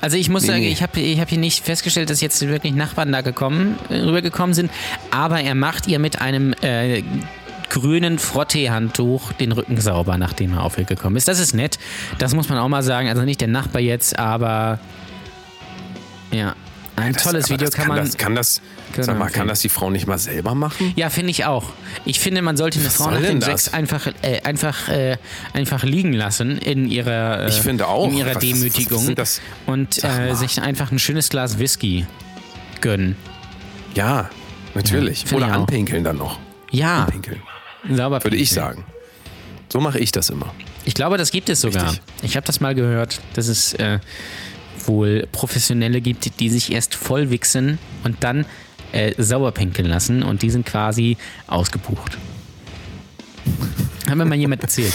S3: Also ich muss
S2: Nee,
S3: sagen,
S2: nee.
S3: ich habe ich hab hier nicht festgestellt, dass jetzt wirklich Nachbarn da gekommen, äh, rübergekommen sind, aber er macht ihr mit einem äh, grünen Frottee-Handtuch den Rücken sauber, nachdem er auf ihr gekommen ist. Das ist nett, das muss man auch mal sagen. Also nicht der Nachbar jetzt, aber ja, ein
S2: Das-
S3: tolles
S2: aber
S3: Video
S2: das
S3: kann man...
S2: Das, kann das,
S3: kann
S2: sag
S3: man
S2: mal, kann
S3: empfehlen.
S2: das die Frau nicht mal selber machen?
S3: ja, finde ich auch. Ich finde, man sollte eine Frau
S2: soll
S3: nach
S2: denn
S3: dem
S2: das?
S3: Sex einfach, äh, einfach, äh, einfach liegen lassen in ihrer, äh,
S2: Ich finde auch.
S3: in
S2: Was-
S3: ihrer
S2: was- was- was
S3: Demütigung.
S2: sind das?
S3: und
S2: Sag
S3: äh,
S2: mal.
S3: sich einfach ein schönes Glas Whisky gönnen.
S2: Ja, natürlich.
S3: Ja, finde
S2: Oder
S3: ich auch.
S2: anpinkeln dann noch.
S3: Ja,
S2: Pinkeln,
S3: sauber.
S2: würde ich sagen. So mache ich das immer.
S3: Ich glaube, das gibt es sogar.
S2: Richtig.
S3: Ich habe das mal gehört, dass es äh, wohl Professionelle gibt, die sich erst voll wichsen und dann äh, sauber pinkeln lassen und die sind quasi ausgebucht. Haben mir mal
S2: (laughs)
S3: jemand erzählt.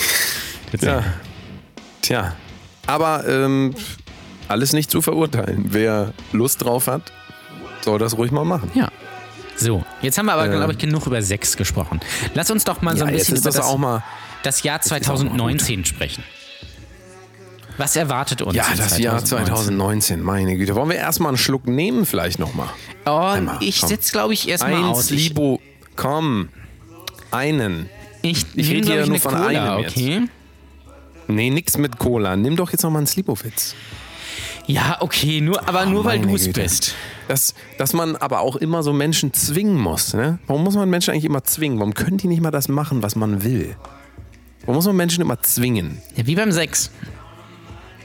S2: Ja. Tja. Aber ähm, alles nicht zu verurteilen. Wer Lust drauf hat, soll das ruhig mal machen.
S3: Ja. So, jetzt haben wir aber,
S2: Ähm.
S3: glaube ich, genug über Sex gesprochen. Lass uns doch mal so
S2: Ja,
S3: ein
S2: jetzt
S3: bisschen
S2: ist
S3: über
S2: das,
S3: das,
S2: auch mal.
S3: das Jahr
S2: auch mal gut.
S3: 2019 sprechen. Was erwartet uns?
S2: Ja,
S3: in
S2: das Jahr 2019, meine Güte. Wollen wir erstmal einen Schluck nehmen, vielleicht nochmal?
S3: Oh,
S2: Einmal,
S3: ich
S2: komm.
S3: setze, glaube ich, erstmal
S2: Eins,
S3: aus. Ich,
S2: Libo, komm. Einen.
S3: ich,
S2: ich
S3: nehm,
S2: rede
S3: glaub
S2: hier
S3: ich,
S2: nur
S3: eine
S2: von
S3: Cola,
S2: einem jetzt.
S3: okay?
S2: Nee, nix mit Cola. Nimm doch jetzt nochmal einen Slibowitz.
S3: Ja, okay, nur, aber nur weil
S2: meine
S3: du es
S2: Güte.
S3: bist.
S2: Dass, dass man aber auch immer so Menschen zwingen muss. Ne? Warum muss man Menschen eigentlich immer zwingen? Warum können die nicht mal das machen, was man will? Warum muss man Menschen immer zwingen?
S3: Ja, wie beim Sex.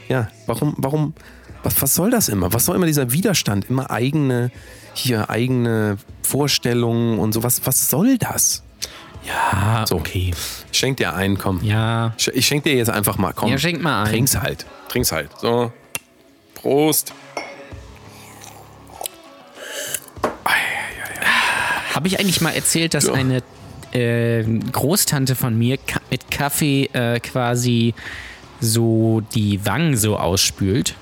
S2: Ja, warum, warum, was, was soll das immer? Was soll immer dieser Widerstand? Immer eigene, hier eigene Vorstellungen und so. Was, was soll das?
S3: Ah,
S2: So.
S3: okay.
S2: Ich Schenk dir einen, komm.
S3: Ja,
S2: Ich- Ich schenk dir jetzt einfach mal, komm.
S3: Ja, schenk mal ein.
S2: Trink's halt. Trink's halt. So. Prost.
S3: habe ich eigentlich mal erzählt, dass eine äh, Großtante von mir ka mit Kaffee äh, quasi so die Wangen so ausspült?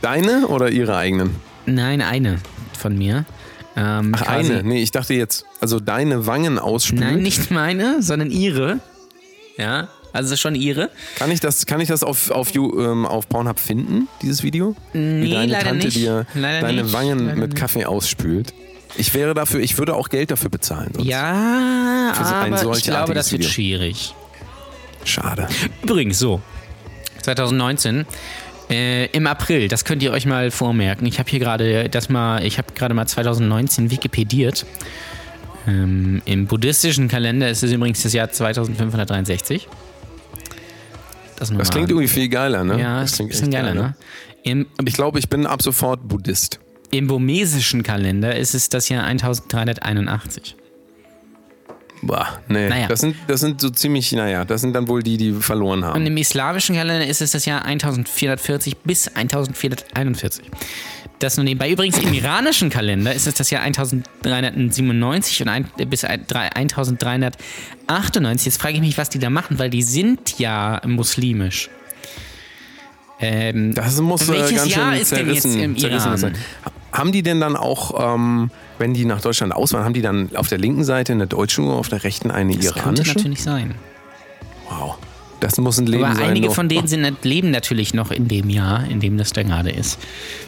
S2: Deine oder ihre eigenen?
S3: Nein, eine von mir. Ähm,
S2: Ach,
S3: quasi-
S2: eine. Nee, ich dachte jetzt, also deine Wangen ausspülen.
S3: Nein, nicht meine, sondern ihre. Ja, also schon ihre.
S2: Kann ich das, kann ich das auf, auf, You- ähm, auf Pornhub finden, dieses Video?
S3: Nee,
S2: Wie deine
S3: leider
S2: Tante
S3: nicht.
S2: dir
S3: Leider
S2: deine
S3: nicht.
S2: Wangen
S3: Leider
S2: mit
S3: nicht.
S2: Kaffee ausspült. Ich wäre dafür, ich würde auch Geld dafür bezahlen. Sonst.
S3: Ja,
S2: so Also ein
S3: aber ich
S2: solcherartiges
S3: glaube, das wird
S2: Video.
S3: schwierig.
S2: Schade.
S3: Übrigens, so. 2019. Äh, Im April, das könnt ihr euch mal vormerken. Ich habe hier gerade das mal, ich habe gerade mal 2019 Wikipediert. Ähm, Im buddhistischen Kalender ist es übrigens das Jahr 2563. Das, nur
S2: Das
S3: mal.
S2: klingt irgendwie viel geiler, ne?
S3: ja, das klingt ein bisschen
S2: echt
S3: geiler, ne? Im,
S2: Ich glaube, ich bin ab sofort Buddhist.
S3: Im burmesischen Kalender ist es das Jahr 1381.
S2: Boah, nee.
S3: Naja.
S2: Das, sind, das sind so ziemlich, naja, das sind dann wohl die, die verloren haben.
S3: Und im islamischen Kalender ist es das Jahr 1440 bis 1441. Das nur nebenbei. Übrigens, im iranischen Kalender ist es das Jahr 1397 und ein, äh, bis ein- drei- 1398. Jetzt frage ich mich, was die da machen, weil die sind ja muslimisch. Ähm,
S2: Das muss äh,
S3: Welches
S2: ganz schön
S3: Jahr ist denn jetzt
S2: zerrissen,
S3: im
S2: zerrissen
S3: Iran?
S2: sein. Haben die denn dann auch, ähm, wenn die nach Deutschland auswandern, haben die dann auf der linken Seite eine deutsche Uhr, auf der rechten eine
S3: das könnte
S2: iranische?
S3: natürlich sein.
S2: Wow. Das muss ein Leben
S3: Aber
S2: sein.
S3: einige
S2: du.
S3: von denen sind, leben natürlich noch in dem Jahr, in dem das da gerade ist.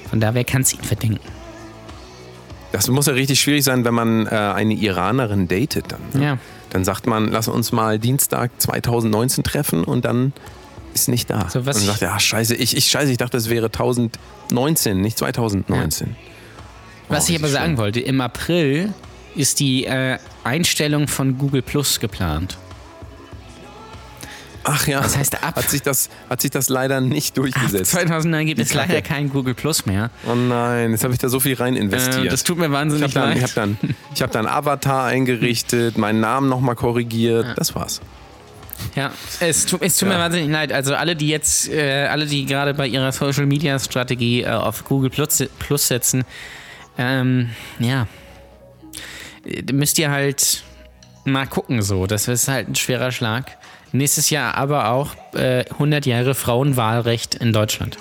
S3: Von daher kann es ihnen verdenken.
S2: Das muss ja richtig schwierig sein, wenn man äh, eine Iranerin datet dann. Ne?
S3: Ja.
S2: Dann sagt man, lass uns mal Dienstag 2019 treffen und dann ist nicht da.
S3: So, was
S2: und dann
S3: ich-
S2: sagt er, ah, scheiße, ich, ich scheiße, ich dachte, es wäre 1019, nicht 2019.
S3: Was
S2: Oh,
S3: ich aber
S2: richtig
S3: sagen
S2: schön.
S3: wollte, im April ist die äh, Einstellung von Google Plus geplant.
S2: Ach ja.
S3: Das heißt, ab-
S2: hat sich das, hat sich das leider nicht durchgesetzt.
S3: 2009 gibt es
S2: Kacke.
S3: leider kein Google Plus mehr.
S2: Oh nein, jetzt habe ich da so viel rein investiert.
S3: Äh, das tut mir
S2: ich
S3: wahnsinnig
S2: habe dann, ich hab
S3: leid.
S2: dann, ich hab dann Avatar eingerichtet, meinen Namen nochmal korrigiert. Das war's.
S3: Ja, es tut, es tut mir
S2: Ja.
S3: wahnsinnig leid. Also alle, die jetzt, äh, alle, die gerade bei ihrer Social Media Strategie äh, auf Google Plus, Plus setzen, ähm, ja, Äh, müsst ihr halt mal gucken so. Das ist halt ein schwerer Schlag. Nächstes Jahr aber auch äh, 100 Jahre Frauenwahlrecht in Deutschland.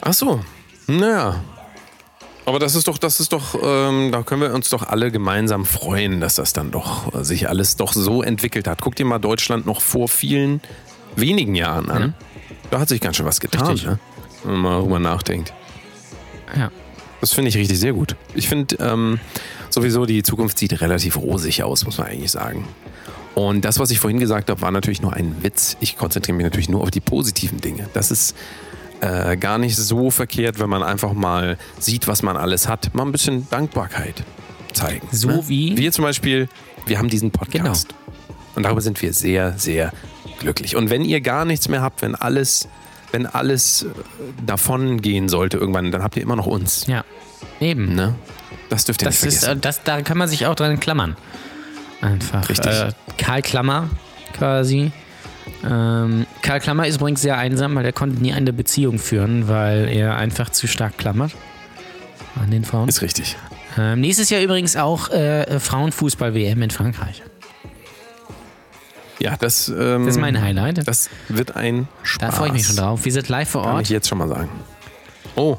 S2: Ach so. Naja. Aber das ist doch, das ist doch, ähm, da können wir uns doch alle gemeinsam freuen, dass das dann doch äh, sich alles doch so entwickelt hat. Guck dir mal Deutschland noch vor vielen wenigen Jahren an. Da hat sich ganz schön was getan,
S3: Richtig.
S2: ne? wenn man mal drüber nachdenkt.
S3: Ja.
S2: Das finde ich richtig sehr gut. Ich finde ähm, sowieso, die Zukunft sieht relativ rosig aus, muss man eigentlich sagen. Und das, was ich vorhin gesagt habe, war natürlich nur ein Witz. Ich konzentriere mich natürlich nur auf die positiven Dinge. Das ist äh, gar nicht so verkehrt, wenn man einfach mal sieht, was man alles hat. Mal ein bisschen Dankbarkeit zeigen. ne?
S3: So wie- Genau.
S2: Wir zum Beispiel, wir haben diesen Podcast. Und darüber sind wir sehr, sehr glücklich. Und wenn ihr gar nichts mehr habt, wenn alles, wenn alles äh, davon gehen sollte irgendwann, dann habt ihr immer noch uns.
S3: Ja. Eben.
S2: Ne? Das dürft ihr
S3: Das
S2: nicht
S3: ist, äh,
S2: vergessen.
S3: das, da kann man sich auch dran klammern. Einfach.
S2: Richtig.
S3: Äh, Karl Klammer quasi. Ähm, Karl Klammer ist übrigens sehr einsam, weil er konnte nie eine Beziehung führen, weil er einfach zu stark klammert an den Frauen.
S2: ist richtig.
S3: Ähm, nächstes Jahr übrigens auch äh, Frauenfußball-WM in Frankreich.
S2: Ja, das, ähm,
S3: Das ist mein Highlight.
S2: das wird ein Spaß.
S3: da freue ich mich schon drauf. Wir sind live vor
S2: Kann ich
S3: Ort.
S2: jetzt schon mal sagen. Oh,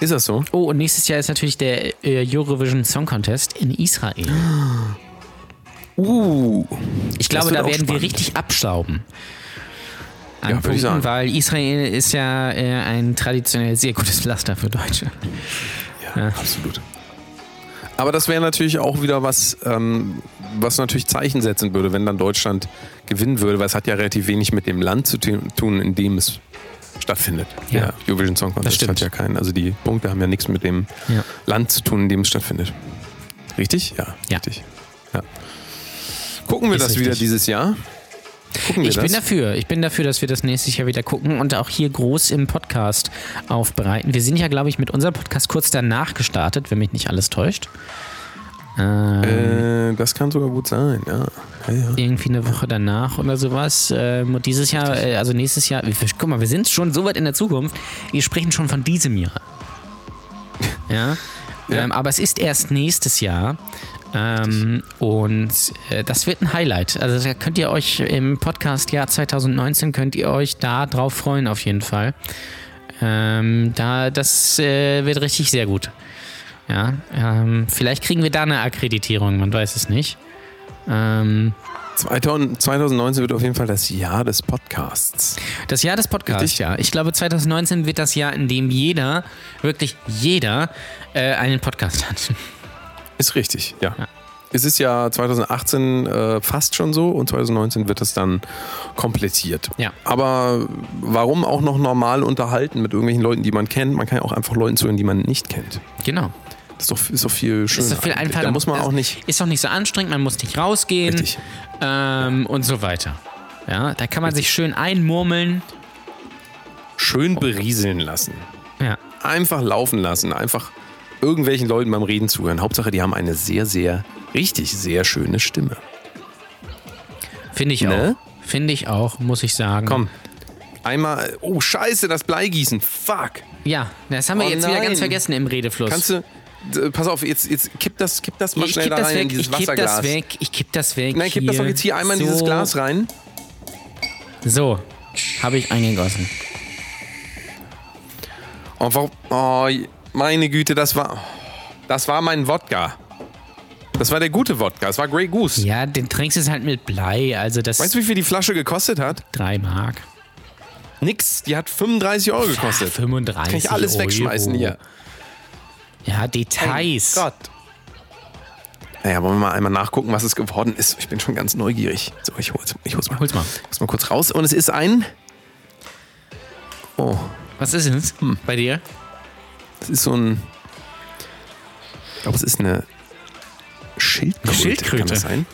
S2: ist das so?
S3: Oh, und nächstes Jahr ist natürlich der äh, Eurovision Song Contest in Israel.
S2: Uh.
S3: Ich glaube,
S2: wird
S3: da
S2: auch
S3: werden wir
S2: spannend.
S3: richtig abstauben.
S2: Ja,
S3: An
S2: würd ich
S3: Punkten,
S2: sagen.
S3: weil Israel ist ja äh, ein traditionell sehr gutes Pflaster für Deutsche.
S2: Ja, absolut. Aber das wäre natürlich auch wieder was, ähm, was natürlich Zeichen setzen würde, wenn dann Deutschland gewinnen würde, weil es hat ja relativ wenig mit dem Land zu tu- tun, in dem es stattfindet.
S3: Ja.
S2: Der Eurovision Song
S3: Das
S2: Contest
S3: stimmt.
S2: hat ja keinen, also die Punkte haben ja nichts mit dem
S3: Ja.
S2: Land zu tun, in dem es stattfindet. Richtig? Ja.
S3: Ja.
S2: Richtig. Ja. Gucken wir
S3: Ist
S2: das
S3: richtig.
S2: wieder dieses Jahr? Gucken wir
S3: Ich
S2: das?
S3: bin dafür. Ich bin dafür, dass wir das nächstes Jahr wieder gucken und auch hier groß im Podcast aufbereiten. Wir sind ja, glaube ich, mit unserem Podcast kurz danach gestartet, wenn mich nicht alles täuscht.
S2: äh, das kann sogar gut sein, ja. ja, ja.
S3: Irgendwie eine Woche danach oder sowas. Ähm, und dieses Jahr, äh, also nächstes Jahr, wir, guck mal, wir sind schon so weit in der Zukunft. Wir sprechen schon von diesem Jahr. ja. Ähm, aber es ist erst nächstes Jahr. Ähm, und äh, das wird ein Highlight. Also da könnt ihr euch im Podcast Jahr 2019 könnt ihr euch da drauf freuen auf jeden Fall. Ähm, da das äh, wird richtig sehr gut. Ja, ähm, vielleicht kriegen wir da eine Akkreditierung, man weiß es nicht. Ähm,
S2: 2000 2019 wird auf jeden Fall das Jahr des Podcasts.
S3: Das Jahr des Podcasts,
S2: Richtig.
S3: ja. Ich glaube, 2019 wird das Jahr, in dem jeder, wirklich jeder, äh, einen Podcast hat. (laughs)
S2: Ist richtig, ja.
S3: Ja.
S2: Es ist ja 2018 äh, fast schon so und 2019 wird es dann komplettiert.
S3: Ja.
S2: Aber warum auch noch normal unterhalten mit irgendwelchen Leuten, die man kennt? Man kann ja auch einfach Leuten zuhören, die man nicht kennt.
S3: Genau.
S2: Das ist doch, ist doch viel schöner.
S3: Ist doch viel
S2: eigentlich.
S3: einfacher.
S2: Da muss man
S3: Das
S2: auch nicht.
S3: Ist doch nicht so anstrengend, man muss nicht rausgehen.
S2: Richtig.
S3: Ähm, und so weiter. Ja, da kann man sich schön einmurmeln.
S2: Schön berieseln lassen.
S3: Ja.
S2: Einfach laufen lassen. Einfach irgendwelchen Leuten beim Reden zuhören. Hauptsache, die haben eine sehr, sehr, richtig sehr schöne Stimme.
S3: Finde ich
S2: Ne?
S3: auch. Finde ich auch, muss ich sagen.
S2: Komm. Einmal. Oh, Scheiße, das Bleigießen. Fuck.
S3: Ja, das haben wir
S2: Oh
S3: jetzt wieder
S2: nein.
S3: ganz vergessen im Redefluss.
S2: Kannst du. d- Pass auf, jetzt, jetzt kipp das, kipp das mal
S3: ich
S2: schnell
S3: kipp
S2: da
S3: das
S2: rein in
S3: weg,
S2: dieses
S3: ich kipp
S2: Wasserglas.
S3: das weg, ich kipp das weg.
S2: Nein, kipp das doch jetzt hier einmal in dieses
S3: So.
S2: Glas rein.
S3: So, habe ich eingegossen.
S2: Oh, warum- oh, meine Güte, das war. Das war mein Wodka. Das war der gute Wodka. Das war Grey Goose.
S3: Ja, den trinkst du halt mit Blei, also das
S2: Weißt du, wie viel die Flasche gekostet hat?
S3: 3 Mark.
S2: Nix. Die hat 35 Euro
S3: Kostet
S2: gekostet.
S3: 35
S2: Kann ich alles
S3: Euro.
S2: wegschmeißen hier.
S3: oh,
S2: Oh
S3: Ja, Details.
S2: Gott. Naja, wollen wir mal einmal nachgucken, was es geworden ist. Ich bin schon ganz neugierig. So, ich hol's, ich hol's mal.
S3: Hol's mal.
S2: Muss mal kurz raus. Und es ist ein. Oh,
S3: Was ist es bei dir?
S2: es ist so ein. Ich glaube, es ist eine Schildkröte.
S3: Schildkröte.
S2: Kann das sein?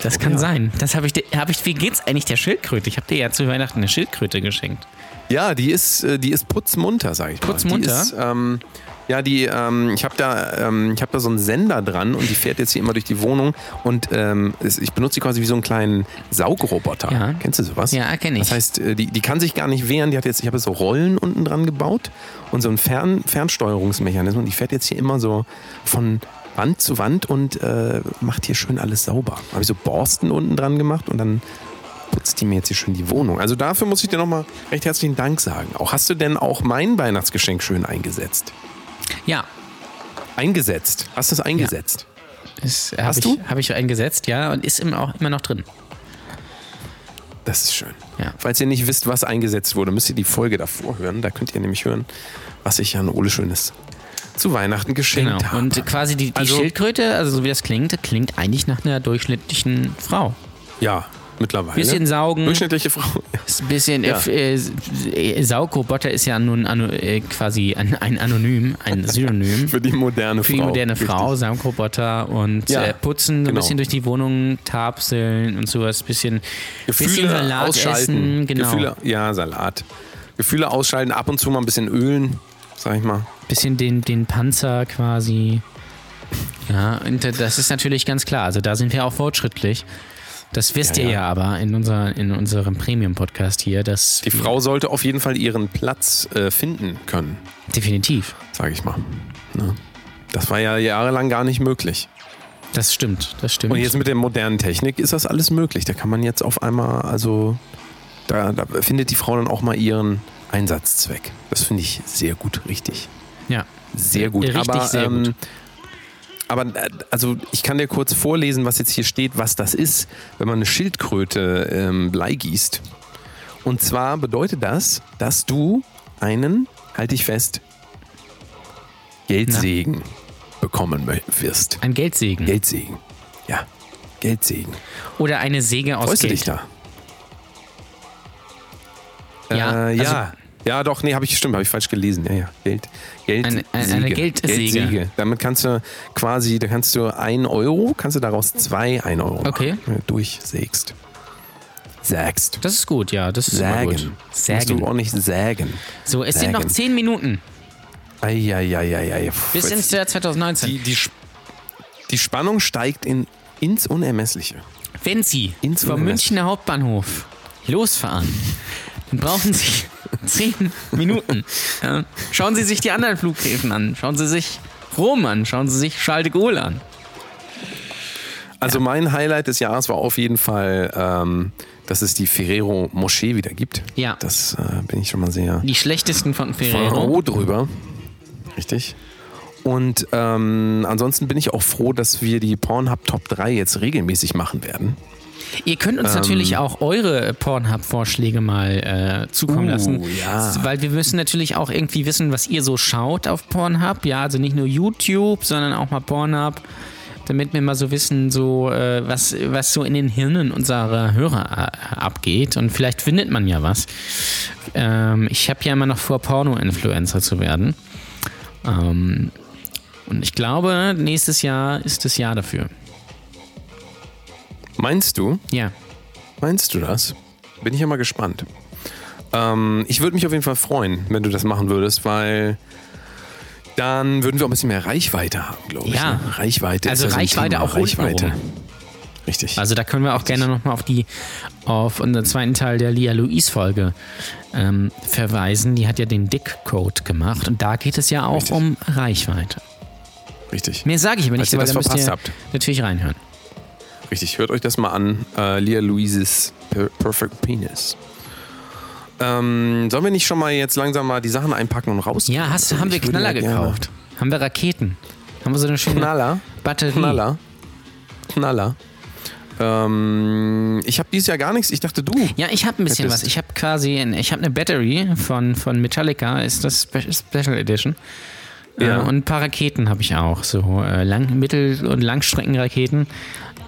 S3: Das kann
S2: ja.
S3: sein. Das habe ich, dir- hab ich. Wie geht's eigentlich der Schildkröte? Ich habe dir ja zu Weihnachten eine Schildkröte geschenkt.
S2: Ja, die ist, äh, die ist putzmunter, sag ich mal.
S3: Putzmunter?
S2: Die ist, ähm, ja, die, ähm, ich habe da, ähm, ich hab da so einen Sender dran und die fährt jetzt hier immer durch die Wohnung und ähm, es- ich benutze die quasi wie so einen kleinen Saugroboter.
S3: Ja.
S2: Kennst du sowas?
S3: Ja, kenn ich.
S2: Das heißt, äh, die, die kann sich gar nicht wehren. Die hat jetzt, ich habe jetzt so Rollen unten dran gebaut und so einen Fern, Fernsteuerungsmechanismus und die fährt jetzt hier immer so von Wand zu Wand und äh, macht hier schön alles sauber. Habe ich so Borsten unten dran gemacht und dann putzt die mir jetzt hier schön die Wohnung. Also dafür muss ich dir nochmal recht herzlichen Dank sagen. Auch hast du denn auch mein Weihnachtsgeschenk schön eingesetzt?
S3: Ja.
S2: Eingesetzt. Hast du es eingesetzt?
S3: Das hab
S2: Hast
S3: ich,
S2: du?
S3: Habe ich eingesetzt, ja, und ist im, auch immer noch drin.
S2: Das ist schön.
S3: Ja.
S2: Falls ihr nicht wisst, was eingesetzt wurde, müsst ihr die Folge davor hören. Da könnt ihr nämlich hören, was ich an Ole Schönes zu Weihnachten geschenkt
S3: Genau.
S2: habe.
S3: Und quasi die, die
S2: Also-
S3: Schildkröte, also so wie das klingt, klingt eigentlich nach einer durchschnittlichen Frau.
S2: ja, mittlerweile.
S3: Bisschen saugen.
S2: Durchschnittliche Frau. (laughs)
S3: Ist ein bisschen
S2: Ja.
S3: äh, äh, Saugroboter ist ja nun ano, äh, quasi ein, ein Anonym,
S2: (laughs)
S3: ein Synonym.
S2: Für die moderne
S3: Für
S2: Frau.
S3: die moderne
S2: Richtig.
S3: Frau, Saugroboter und
S2: Ja,
S3: äh, putzen, so ein
S2: genau.
S3: bisschen durch die Wohnung tapseln und sowas, bisschen, bisschen Salat
S2: ausschalten.
S3: essen, genau.
S2: Gefühle, ja, Salat. Gefühle ausschalten, ab und zu mal ein bisschen ölen, sag ich mal.
S3: Bisschen den, den Panzer quasi. Ja, und da- das ist natürlich ganz klar. Also da sind wir auch fortschrittlich. Das wisst
S2: Ja,
S3: ihr
S2: ja.
S3: ja aber in, unser, in unserem Premium-Podcast hier, dass
S2: Die Frau sollte auf jeden Fall ihren Platz äh, finden können,
S3: definitiv.
S2: sage ich mal. Ne? Das war ja jahrelang gar nicht möglich.
S3: Das stimmt, das stimmt.
S2: Und jetzt mit der modernen Technik ist das alles möglich. Da kann man jetzt auf einmal, also da, da findet die Frau dann auch mal ihren Einsatzzweck. Das finde ich sehr gut, richtig.
S3: Ja.
S2: Sehr gut.
S3: Richtig,
S2: aber,
S3: sehr
S2: ähm,
S3: gut.
S2: Aber äh, also ich kann dir kurz vorlesen, was jetzt hier steht, was das ist, wenn man eine Schildkröte ähm, Blei gießt. Und zwar bedeutet das, dass du einen, halte ich fest, Geldsegen bekommen mö- wirst.
S3: Ein Geldsegen.
S2: Geldsegen. Ja. Geldsegen.
S3: Oder eine Säge aus
S2: Freust du
S3: Geld.
S2: dich da?
S3: Ja,
S2: äh,
S3: also-
S2: ja. ja, doch, nee, habe ich stimmt, habe ich falsch gelesen. Ja, ja. Geld, Geld,
S3: Eine- eine- eine Geldsäge.
S2: Damit kannst du quasi, da kannst du ein Euro, kannst du daraus zwei ein Euro
S3: Okay.
S2: machen, wenn du durchsägst. Sägst.
S3: Das ist gut, ja. Das ist immer gut.
S2: Sägen. Musst du
S3: Sägen.
S2: auch nicht sägen.
S3: So, es sind
S2: sägen.
S3: noch 10 Minuten
S2: Eieieiei.
S3: bis ins Jahr 2019.
S2: die, die, Sp- die Spannung steigt in, ins Unermessliche.
S3: Wenn Sie
S2: Ins
S3: vom
S2: Unermessliche.
S3: Münchner Hauptbahnhof losfahren, dann brauchen Sie (laughs) 10 Minuten. Ja. Schauen Sie sich die anderen Flughäfen an. Schauen Sie sich Rom an. Schauen Sie sich Charles de Gaulle an.
S2: Also mein Highlight des Jahres war auf jeden Fall, ähm, dass es die Ferrero Moschee wieder gibt.
S3: Ja.
S2: Das äh, bin ich schon mal sehr
S3: Die schlechtesten von Ferrero.
S2: froh drüber. Richtig. Und ähm, ansonsten bin ich auch froh, dass wir die Pornhub Top 3 jetzt regelmäßig machen werden.
S3: Ihr könnt uns natürlich
S2: Ähm.
S3: auch eure Pornhub-Vorschläge mal äh, zukommen
S2: Uh,
S3: lassen.
S2: ja.
S3: S- Weil wir müssen natürlich auch irgendwie wissen, was ihr so schaut auf Pornhub. Ja, also nicht nur YouTube, sondern auch mal Pornhub. Damit wir mal so wissen, so, äh, was, was so in den Hirnen unserer Hörer äh, abgeht. Und vielleicht findet man ja was. Ähm, ich habe ja immer noch vor, Porno-Influencer zu werden. Ähm, und ich glaube, nächstes Jahr ist das Jahr dafür.
S2: Meinst du?
S3: Ja.
S2: Meinst du das? Bin ich ja mal gespannt. Ähm, ich würde mich auf jeden Fall freuen, wenn du das machen würdest, weil dann würden wir auch ein bisschen mehr Reichweite haben, glaube ich.
S3: Ja.
S2: Ne? Reichweite.
S3: Also
S2: ist ja so ein
S3: Reichweite
S2: Thema.
S3: auch untenrum.
S2: Reichweite. Richtig.
S3: Also da können wir auch gerne nochmal auf die auf unseren zweiten Teil der Lia Louise Folge ähm, verweisen. Die hat ja den Dick Code gemacht und da geht es ja auch
S2: Richtig.
S3: um Reichweite.
S2: richtig.
S3: Mehr sage ich aber nicht,
S2: Falls ihr
S3: weil
S2: das
S3: da müsst ihr
S2: verpasst habt.
S3: natürlich reinhören.
S2: Richtig, hört euch das mal an. Äh, Lia Louises Per- Perfect Penis. Ähm, sollen wir nicht schon mal jetzt langsam mal die Sachen einpacken und raus?
S3: Ja, hast, haben wir
S2: Ich würde
S3: Knaller
S2: ja gerne-
S3: gekauft. Haben wir Raketen. Haben wir so eine schöne
S2: Knaller?
S3: Batterie.
S2: Knaller? Knaller? Ähm, ich habe dieses Jahr gar nichts. Ich dachte, du.
S3: Ja, ich habe ein bisschen
S2: Hättest.
S3: was. Ich habe quasi, ein, ich habe eine Battery von, von Metallica, ist das Spe- Special Edition.
S2: Ja.
S3: Äh, und ein paar Raketen habe ich auch, so äh, Lang-, Mittel- und Langstreckenraketen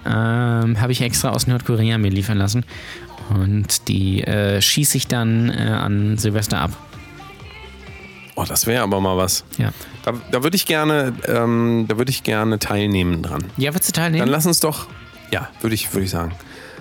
S3: ähm, habe ich extra aus Nordkorea mir liefern lassen. Und die äh, schieße ich dann äh, an Silvester ab.
S2: Oh, das wäre aber mal was.
S3: Ja,
S2: Da, da würde ich gerne, ähm, da würde ich gerne teilnehmen dran.
S3: ja willst du
S2: Dann
S3: teilnehmen?
S2: lass uns doch. Ja, würde ich, würde ich sagen.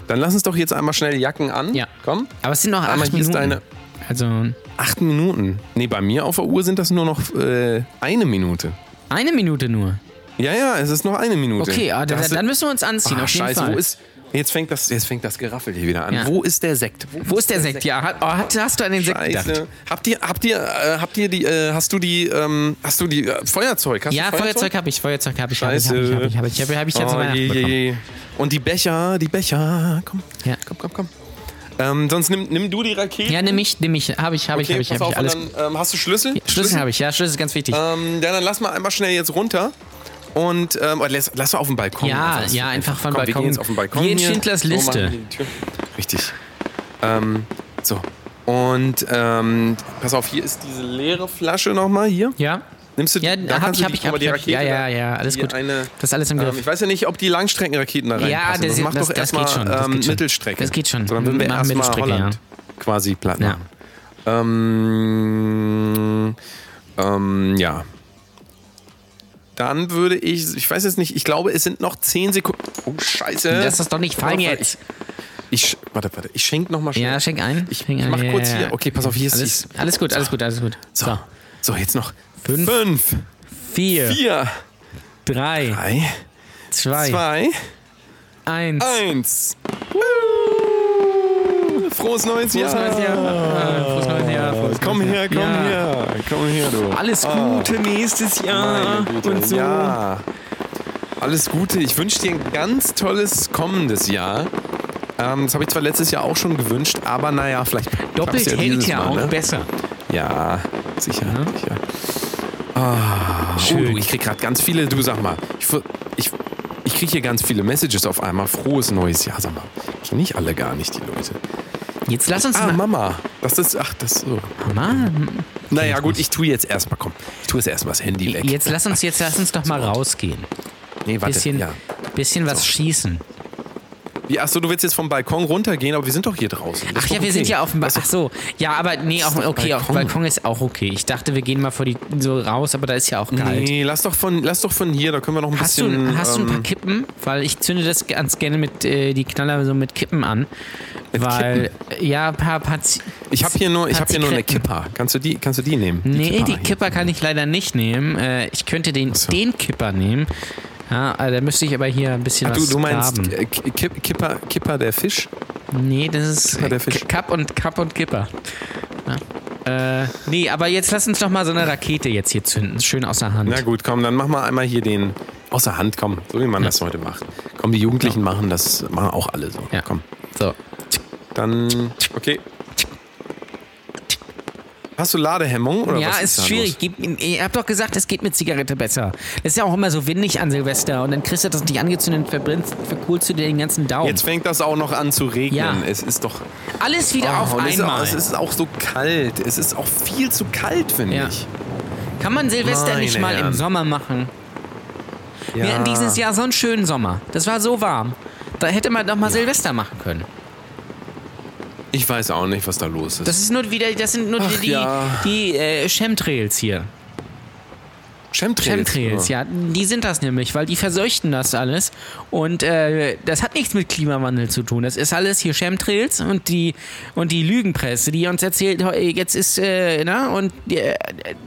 S2: Dann lass uns doch jetzt einmal schnell die Jacken an.
S3: Ja.
S2: Komm.
S3: Aber es sind noch
S2: Einmal
S3: acht
S2: hier Ah, ist
S3: Minuten.
S2: deine.
S3: also
S2: Acht Minuten. Nee, bei mir auf der Uhr sind das nur noch äh, eine Minute.
S3: eine Minute nur.
S2: Ja, ja, es ist noch eine Minute.
S3: Okay, ah, dann,
S2: Das-
S3: dann müssen wir uns anziehen,
S2: Ah,
S3: auf jeden
S2: scheiße,
S3: Fall.
S2: wo ist. Jetzt fängt, das, jetzt fängt das Geraffel hier wieder an.
S3: Ja.
S2: Wo ist der Sekt?
S3: wo ist der Sekt? Ja, hat, oh, hat, hast du an den Sekt gedacht?
S2: Scheiße. Habt ihr, habt ihr, äh, habt ihr die, äh, hast du die, ähm, hast du die äh, Feuerzeug? Hast
S3: Ja,
S2: du
S3: Feuerzeug habe ich, Feuerzeug habe ich, habe ich,
S2: Scheiße.
S3: habe ich, habe ich, habe ich, habe ich, hab ich jetzt
S2: Oh,
S3: Weihnachten
S2: je, je,
S3: bekommen.
S2: je. Und die Becher, die Becher. Komm,
S3: Ja.
S2: komm, komm, komm. Ähm, sonst nimm, nimm du die Rakete.
S3: Ja, nimm mich, nimm mich. Habe ich, habe ich,
S2: okay,
S3: habe ich,
S2: pass
S3: habe
S2: auf,
S3: ich. Alles.
S2: und dann, ähm, hast du Schlüssel?
S3: Schlüssel habe ich, ja, Schlüssel ist ganz wichtig.
S2: Ähm, ja, dann lass mal einmal schnell jetzt runter. Und ähm, oder lass, lass mal auf den Balkon.
S3: Ja, ja, einfach von
S2: Komm, Wir
S3: Balkon.
S2: gehen jetzt auf den Balkon.
S3: Wie in
S2: hier.
S3: Schindlers
S2: So machen wir
S3: Liste.
S2: die Tür. Richtig. Ähm, so. Und ähm, pass auf, hier ist diese leere Flasche nochmal. Hier.
S3: ja,
S2: Nimmst du
S3: ja,
S2: da
S3: habe
S2: kannst du
S3: ich, habe
S2: die-
S3: ich,
S2: guck mal,
S3: habe
S2: die
S3: ich. hab ich.
S2: Rakete
S3: Ja, ja,
S2: da.
S3: ja, alles
S2: Hier
S3: gut.
S2: Eine,
S3: Das ist alles im
S2: ähm,
S3: Griff.
S2: ich weiß ja nicht, ob die Langstreckenraketen da reinpassen.
S3: Ja, das,
S2: das macht
S3: das,
S2: doch
S3: das
S2: erstmal
S3: geht schon. Das
S2: ähm,
S3: geht schon.
S2: Mittelstrecke.
S3: Das geht schon.
S2: So, dann würden wir
S3: Machen
S2: erstmal
S3: Mittelstrecke,
S2: Holland quasi platt
S3: Ja.
S2: machen. Ähm, ähm, ja. Dann würde ich, ich weiß jetzt nicht, ich glaube, es sind noch 10 Sekunden. Oh, scheiße.
S3: Lass das doch nicht fallen
S2: Ich-
S3: jetzt.
S2: Ich, sch- warte, warte, ich schenk nochmal schnell.
S3: Ja, schenk ein.
S2: Ich,
S3: Schenk
S2: ich
S3: ein,
S2: mach
S3: ja,
S2: kurz
S3: ja, ja.
S2: hier. Okay, pass auf, hier ist
S3: Alles, alles gut, alles gut, alles gut.
S2: So.
S3: So,
S2: So, jetzt noch.
S3: Fünf.
S2: Fünf.
S3: vier,
S2: Vier.
S3: drei,
S2: Drei.
S3: zwei,
S2: Zwei. Ah,
S3: eins.
S2: Eins. Frohes neues
S3: Frohes
S2: Jahr.
S3: neues Jahr. Äh, Frohes neues Jahr. Frohes
S2: Komm
S3: neues Jahr.
S2: her, komm
S3: Ja.
S2: her. Komm her, du.
S3: Alles Gute nächstes Jahr
S2: Meine Güte.
S3: und so.
S2: Ja. Alles Gute. Ich wünsche dir ein ganz tolles kommendes Jahr. Ähm, das habe ich zwar letztes Jahr auch schon gewünscht, aber naja, vielleicht.
S3: Doppelt
S2: klappt's ja
S3: hält
S2: dieses
S3: ja
S2: Mal,
S3: auch
S2: ne?
S3: besser.
S2: Ja, sicher, sicher. Ah,
S3: Schön.
S2: Oh, du, ich krieg gerade ganz viele, du sag mal, ich, wür- ich, ich krieg hier ganz viele Messages auf einmal. Frohes neues Jahr, sag mal. Kenne ich alle gar nicht, die Leute.
S3: Jetzt lass uns
S2: Ah,
S3: mal.
S2: Mama. Das ist, ach, das so.
S3: Mann,
S2: Naja, gut, ich tue jetzt erstmal, komm. Ich tue jetzt erstmal das Handy weg.
S3: jetzt lass uns, jetzt lass uns doch mal rausgehen.
S2: nee, warte.
S3: Bisschen,
S2: Ja.
S3: bisschen was schießen.
S2: Ja, achso, du willst jetzt vom Balkon runtergehen, aber wir sind doch hier draußen. Das
S3: Ach
S2: ist
S3: ja,
S2: doch
S3: wir
S2: okay.
S3: sind ja auf dem
S2: Weißt du,
S3: Balkon. Ach so, ja, aber nee, auf,
S2: doch
S3: okay, auf dem
S2: Balkon.
S3: Balkon ist auch okay. Ich dachte, wir gehen mal vor die so raus, aber da ist ja auch kalt.
S2: Nee, lass doch, von, lass doch von hier, da können wir noch ein
S3: Hast,
S2: bisschen.
S3: du, hast du ein paar
S2: ähm,
S3: Kippen? Weil ich zünde das ganz gerne mit äh, die Knaller so mit Kippen an. weil ja, ein paar, paar Z-
S2: ich habe hier, nur- ich hab hier nur eine
S3: Zigaretten.
S2: Kipper. Kannst du die, kannst du die nehmen?
S3: Nee, die
S2: hier.
S3: Kipper kann ich leider nicht nehmen. Äh, ich könnte den, den Kipper nehmen. Ja, äh, da müsste ich aber hier ein bisschen
S2: Ach,
S3: was
S2: du, du meinst
S3: graben.
S2: äh, Ki- Kipp, Kipper, Kipper der Fisch?
S3: Nee, das ist
S2: Kipper der
S3: K-
S2: Fisch.
S3: Kapp und Kapp und Kipper. Ja. Äh, nee, aber jetzt lass uns doch mal so eine Rakete jetzt hier zünden. Schön aus der Hand.
S2: Na gut, komm, dann mach mal einmal hier den außer Hand, komm, so wie man das heute macht. Komm, die Jugendlichen machen das, machen auch alle so.
S3: Ja.
S2: Komm,
S3: So.
S2: dann, okay. Hast du Ladehemmung oder
S3: ja,
S2: was
S3: ist
S2: da
S3: schwierig. Gib, ihr habt doch gesagt, es geht mit Zigarette besser. Das ist ja auch immer so windig an Silvester und dann kriegst du das nicht angezündet, verbrennst, verkohlst du dir den ganzen Daumen.
S2: Los? Jetzt fängt das auch noch an zu regnen.
S3: Ja.
S2: Es ist doch Oh,
S3: Alles wieder auf
S2: und es ist auch-
S3: einmal.
S2: Es ist auch so kalt. Es ist auch viel zu kalt, finde
S3: Ja.
S2: ich.
S3: Kann man Silvester
S2: Meine
S3: nicht mal
S2: Herren.
S3: im Sommer machen? Wir hatten dieses Jahr so einen schönen Sommer. Das war so warm. Da hätte man doch mal Silvester machen können.
S2: Ich weiß auch nicht, was da los ist.
S3: Das ist nur wieder, das sind nur
S2: Ach,
S3: die, die,
S2: ja.
S3: die äh, Chemtrails hier.
S2: Chemtrails.
S3: Chemtrails, ja. Die sind das nämlich, weil die verseuchten das alles. Und äh, das hat nichts mit Klimawandel zu tun. Das ist alles hier Chemtrails und die, und die Lügenpresse, die uns erzählt, heu- jetzt ist, äh, na, und äh,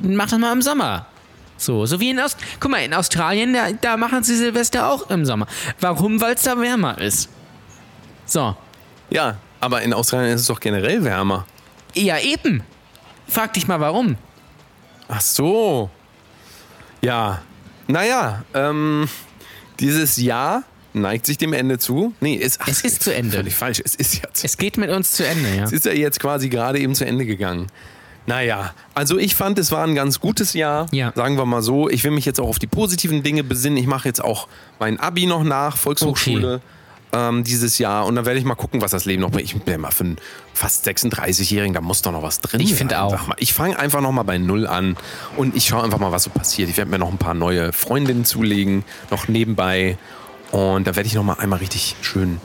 S3: mach das mal im Sommer. So, so wie in Australien. Guck mal, in Australien, da, da machen sie Silvester auch im Sommer. Warum? Weil es da wärmer ist. So.
S2: Ja, aber in Australien ist es doch generell wärmer.
S3: Ja, eben. Frag dich mal, warum.
S2: Ach so. Ja. Naja, ähm, dieses Jahr neigt sich dem Ende zu. Nee, ist, ach,
S3: Es ist zu Ende.
S2: Völlig falsch. Es ist ja zu,
S3: Es geht mit uns zu Ende, ja.
S2: es ist ja jetzt quasi gerade eben zu Ende gegangen. Naja, also ich fand, es war ein ganz gutes Jahr,
S3: Ja.
S2: sagen wir mal so. Ich will mich jetzt auch auf die positiven Dinge besinnen. Ich mache jetzt auch mein Abi noch nach, Volkshochschule ähm, dieses Jahr. Und dann werde ich mal gucken, was das Leben noch bringt. Ich bin mal für einen fast 36-Jährigen, da muss doch noch was drin
S3: Ich
S2: sein,
S3: finde auch.
S2: sag mal. Ich fange einfach noch mal bei Null an und ich schaue einfach mal, was so passiert. Ich werde mir noch ein paar neue Freundinnen zulegen, noch nebenbei. Und da werde ich noch mal einmal richtig schön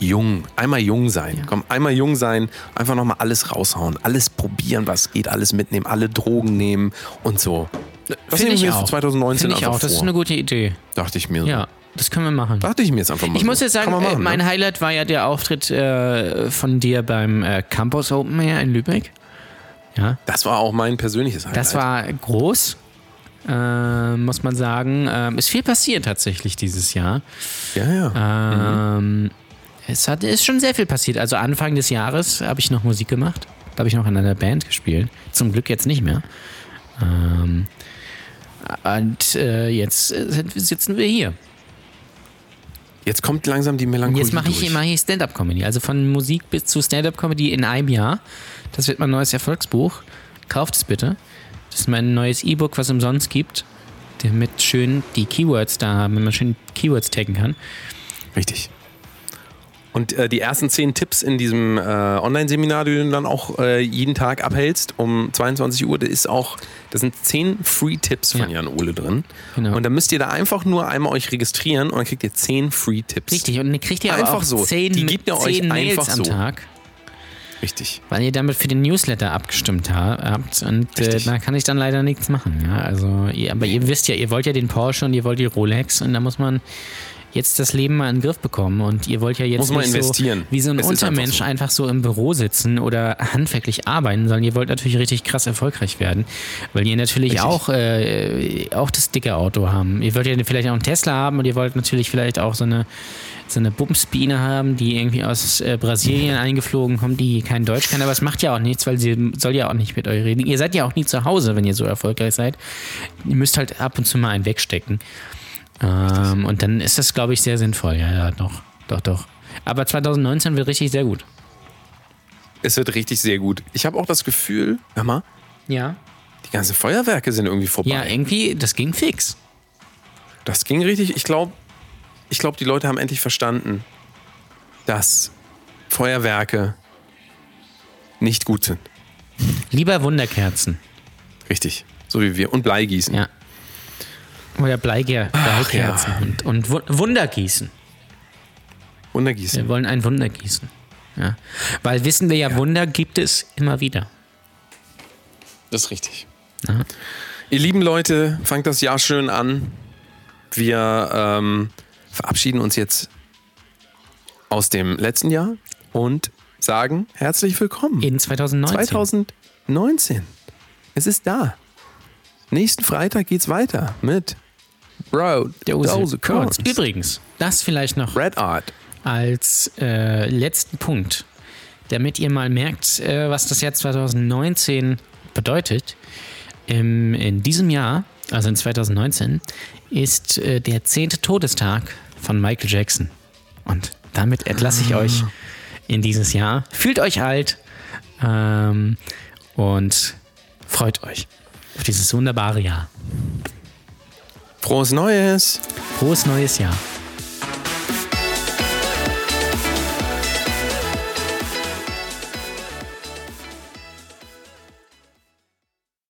S2: jung, einmal jung sein. Komm, einmal jung sein, einfach noch mal alles raushauen, alles probieren, was geht, alles mitnehmen, alle Drogen nehmen und so. Das nehme
S3: Finde
S2: ich
S3: ich
S2: mir jetzt
S3: auch.
S2: für 2019
S3: Finde ich
S2: einfach
S3: auch. Das ist
S2: vor.
S3: eine gute Idee.
S2: Dachte ich mir. so.
S3: Ja, das können wir machen.
S2: Dachte ich mir jetzt einfach mal.
S3: Ich muss
S2: so.
S3: jetzt
S2: Kann
S3: sagen,
S2: man
S3: äh,
S2: machen,
S3: mein
S2: ne?
S3: Highlight war ja der Auftritt äh, von dir beim äh, Campus Open Air in Lübeck.
S2: Das war auch mein persönliches Highlight.
S3: Das war groß, äh, muss man sagen. Ähm, ist viel passiert tatsächlich dieses Jahr.
S2: ja, ja.
S3: Ähm, Es hat, ist schon sehr viel passiert. Also Anfang des Jahres habe ich noch Musik gemacht. Da habe ich noch in einer Band gespielt. Zum Glück jetzt nicht mehr. Ähm, und äh, jetzt äh, sind, sitzen wir hier.
S2: Jetzt kommt langsam die
S3: Und
S2: Melancholie
S3: jetzt mache ich
S2: durch.
S3: immer hier Stand-up-Comedy. Also von Musik bis zu Stand-up-Comedy in einem Jahr. Das wird mein neues Erfolgsbuch. Kauft es bitte. Das ist mein neues E-Book, was es umsonst gibt. Damit schön die Keywords da haben, wenn man schön Keywords taggen kann.
S2: Richtig. Und äh, die ersten zehn Tipps in diesem äh, Online-Seminar, die du dann auch äh, jeden Tag abhältst um 22 Uhr, da ist auch, das sind zehn Free-Tipps von
S3: Ja.
S2: Jan Ole drin.
S3: Genau.
S2: Und dann müsst ihr da einfach nur einmal euch registrieren und dann kriegt ihr zehn Free-Tipps.
S3: Richtig. Und dann kriegt ihr
S2: Einfach
S3: aber auch
S2: so.
S3: zehn,
S2: Die gibt ihr euch
S3: zehn Mails
S2: einfach
S3: am
S2: so.
S3: Tag.
S2: Richtig.
S3: Weil ihr damit für den Newsletter abgestimmt ha- habt und äh,
S2: Richtig.
S3: da kann ich dann leider nichts machen. Ja? Also, ihr, aber ihr wisst ja, ihr wollt ja den Porsche und ihr wollt die Rolex und da muss man jetzt das Leben mal in den Griff bekommen und ihr wollt ja jetzt
S2: Muss man
S3: nicht
S2: investieren.
S3: So, wie so ein
S2: Es ist
S3: Untermensch einfach so. im Büro sitzen oder handwerklich arbeiten, sondern ihr wollt natürlich richtig krass erfolgreich werden, weil ihr natürlich
S2: Richtig.
S3: auch, äh, auch das dicke Auto haben. Ihr wollt ja vielleicht auch einen Tesla haben und ihr wollt natürlich vielleicht auch so eine so eine Bumsbiene haben, die irgendwie aus äh, Brasilien eingeflogen kommt, die kein Deutsch kann, aber es macht ja auch nichts, weil sie soll ja auch nicht mit euch reden. Ihr seid ja auch nie zu Hause, wenn ihr so erfolgreich seid. Ihr müsst halt ab und zu mal einen wegstecken. Ähm, und dann ist das, glaube ich, sehr sinnvoll. Ja, ja, doch, doch, doch. Aber 2019 wird richtig sehr gut.
S2: Es wird richtig sehr gut. Ich habe auch das Gefühl, hör mal,
S3: Ja.
S2: Die ganzen Feuerwerke sind irgendwie vorbei.
S3: Ja, irgendwie, das ging fix.
S2: Das ging richtig. Ich glaube, ich glaub, die Leute haben endlich verstanden, dass Feuerwerke nicht gut sind.
S3: Lieber Wunderkerzen.
S2: Richtig. So wie wir. Und Bleigießen.
S3: Ja. Oder Bleiger,
S2: Ach,
S3: Bleikerzen
S2: ja.
S3: und, und Wu- Wundergießen.
S2: Wundergießen.
S3: Wir wollen ein Wunder gießen. Ja. Weil wissen wir ja, Wunder gibt es immer wieder.
S2: Das ist richtig. Ihr lieben Leute, fangt das Jahr schön an. Wir ähm, verabschieden uns jetzt aus dem letzten Jahr und sagen herzlich willkommen.
S3: In 2019.
S2: 2019. Es ist da. Nächsten Freitag geht's weiter mit Bro, Dose
S3: Kurz.
S2: Kurz.
S3: Übrigens, das vielleicht noch
S2: Red Art.
S3: als äh, letzten Punkt, damit ihr mal merkt, äh, was das Jahr 2019 bedeutet. Im, in diesem Jahr, also in 2019, ist äh, der zehnte Todestag von Michael Jackson. Und damit entlasse ich euch in dieses Jahr. Fühlt euch alt ähm, und freut euch auf dieses wunderbare Jahr.
S2: Frohes Neues.
S3: Frohes neues Jahr.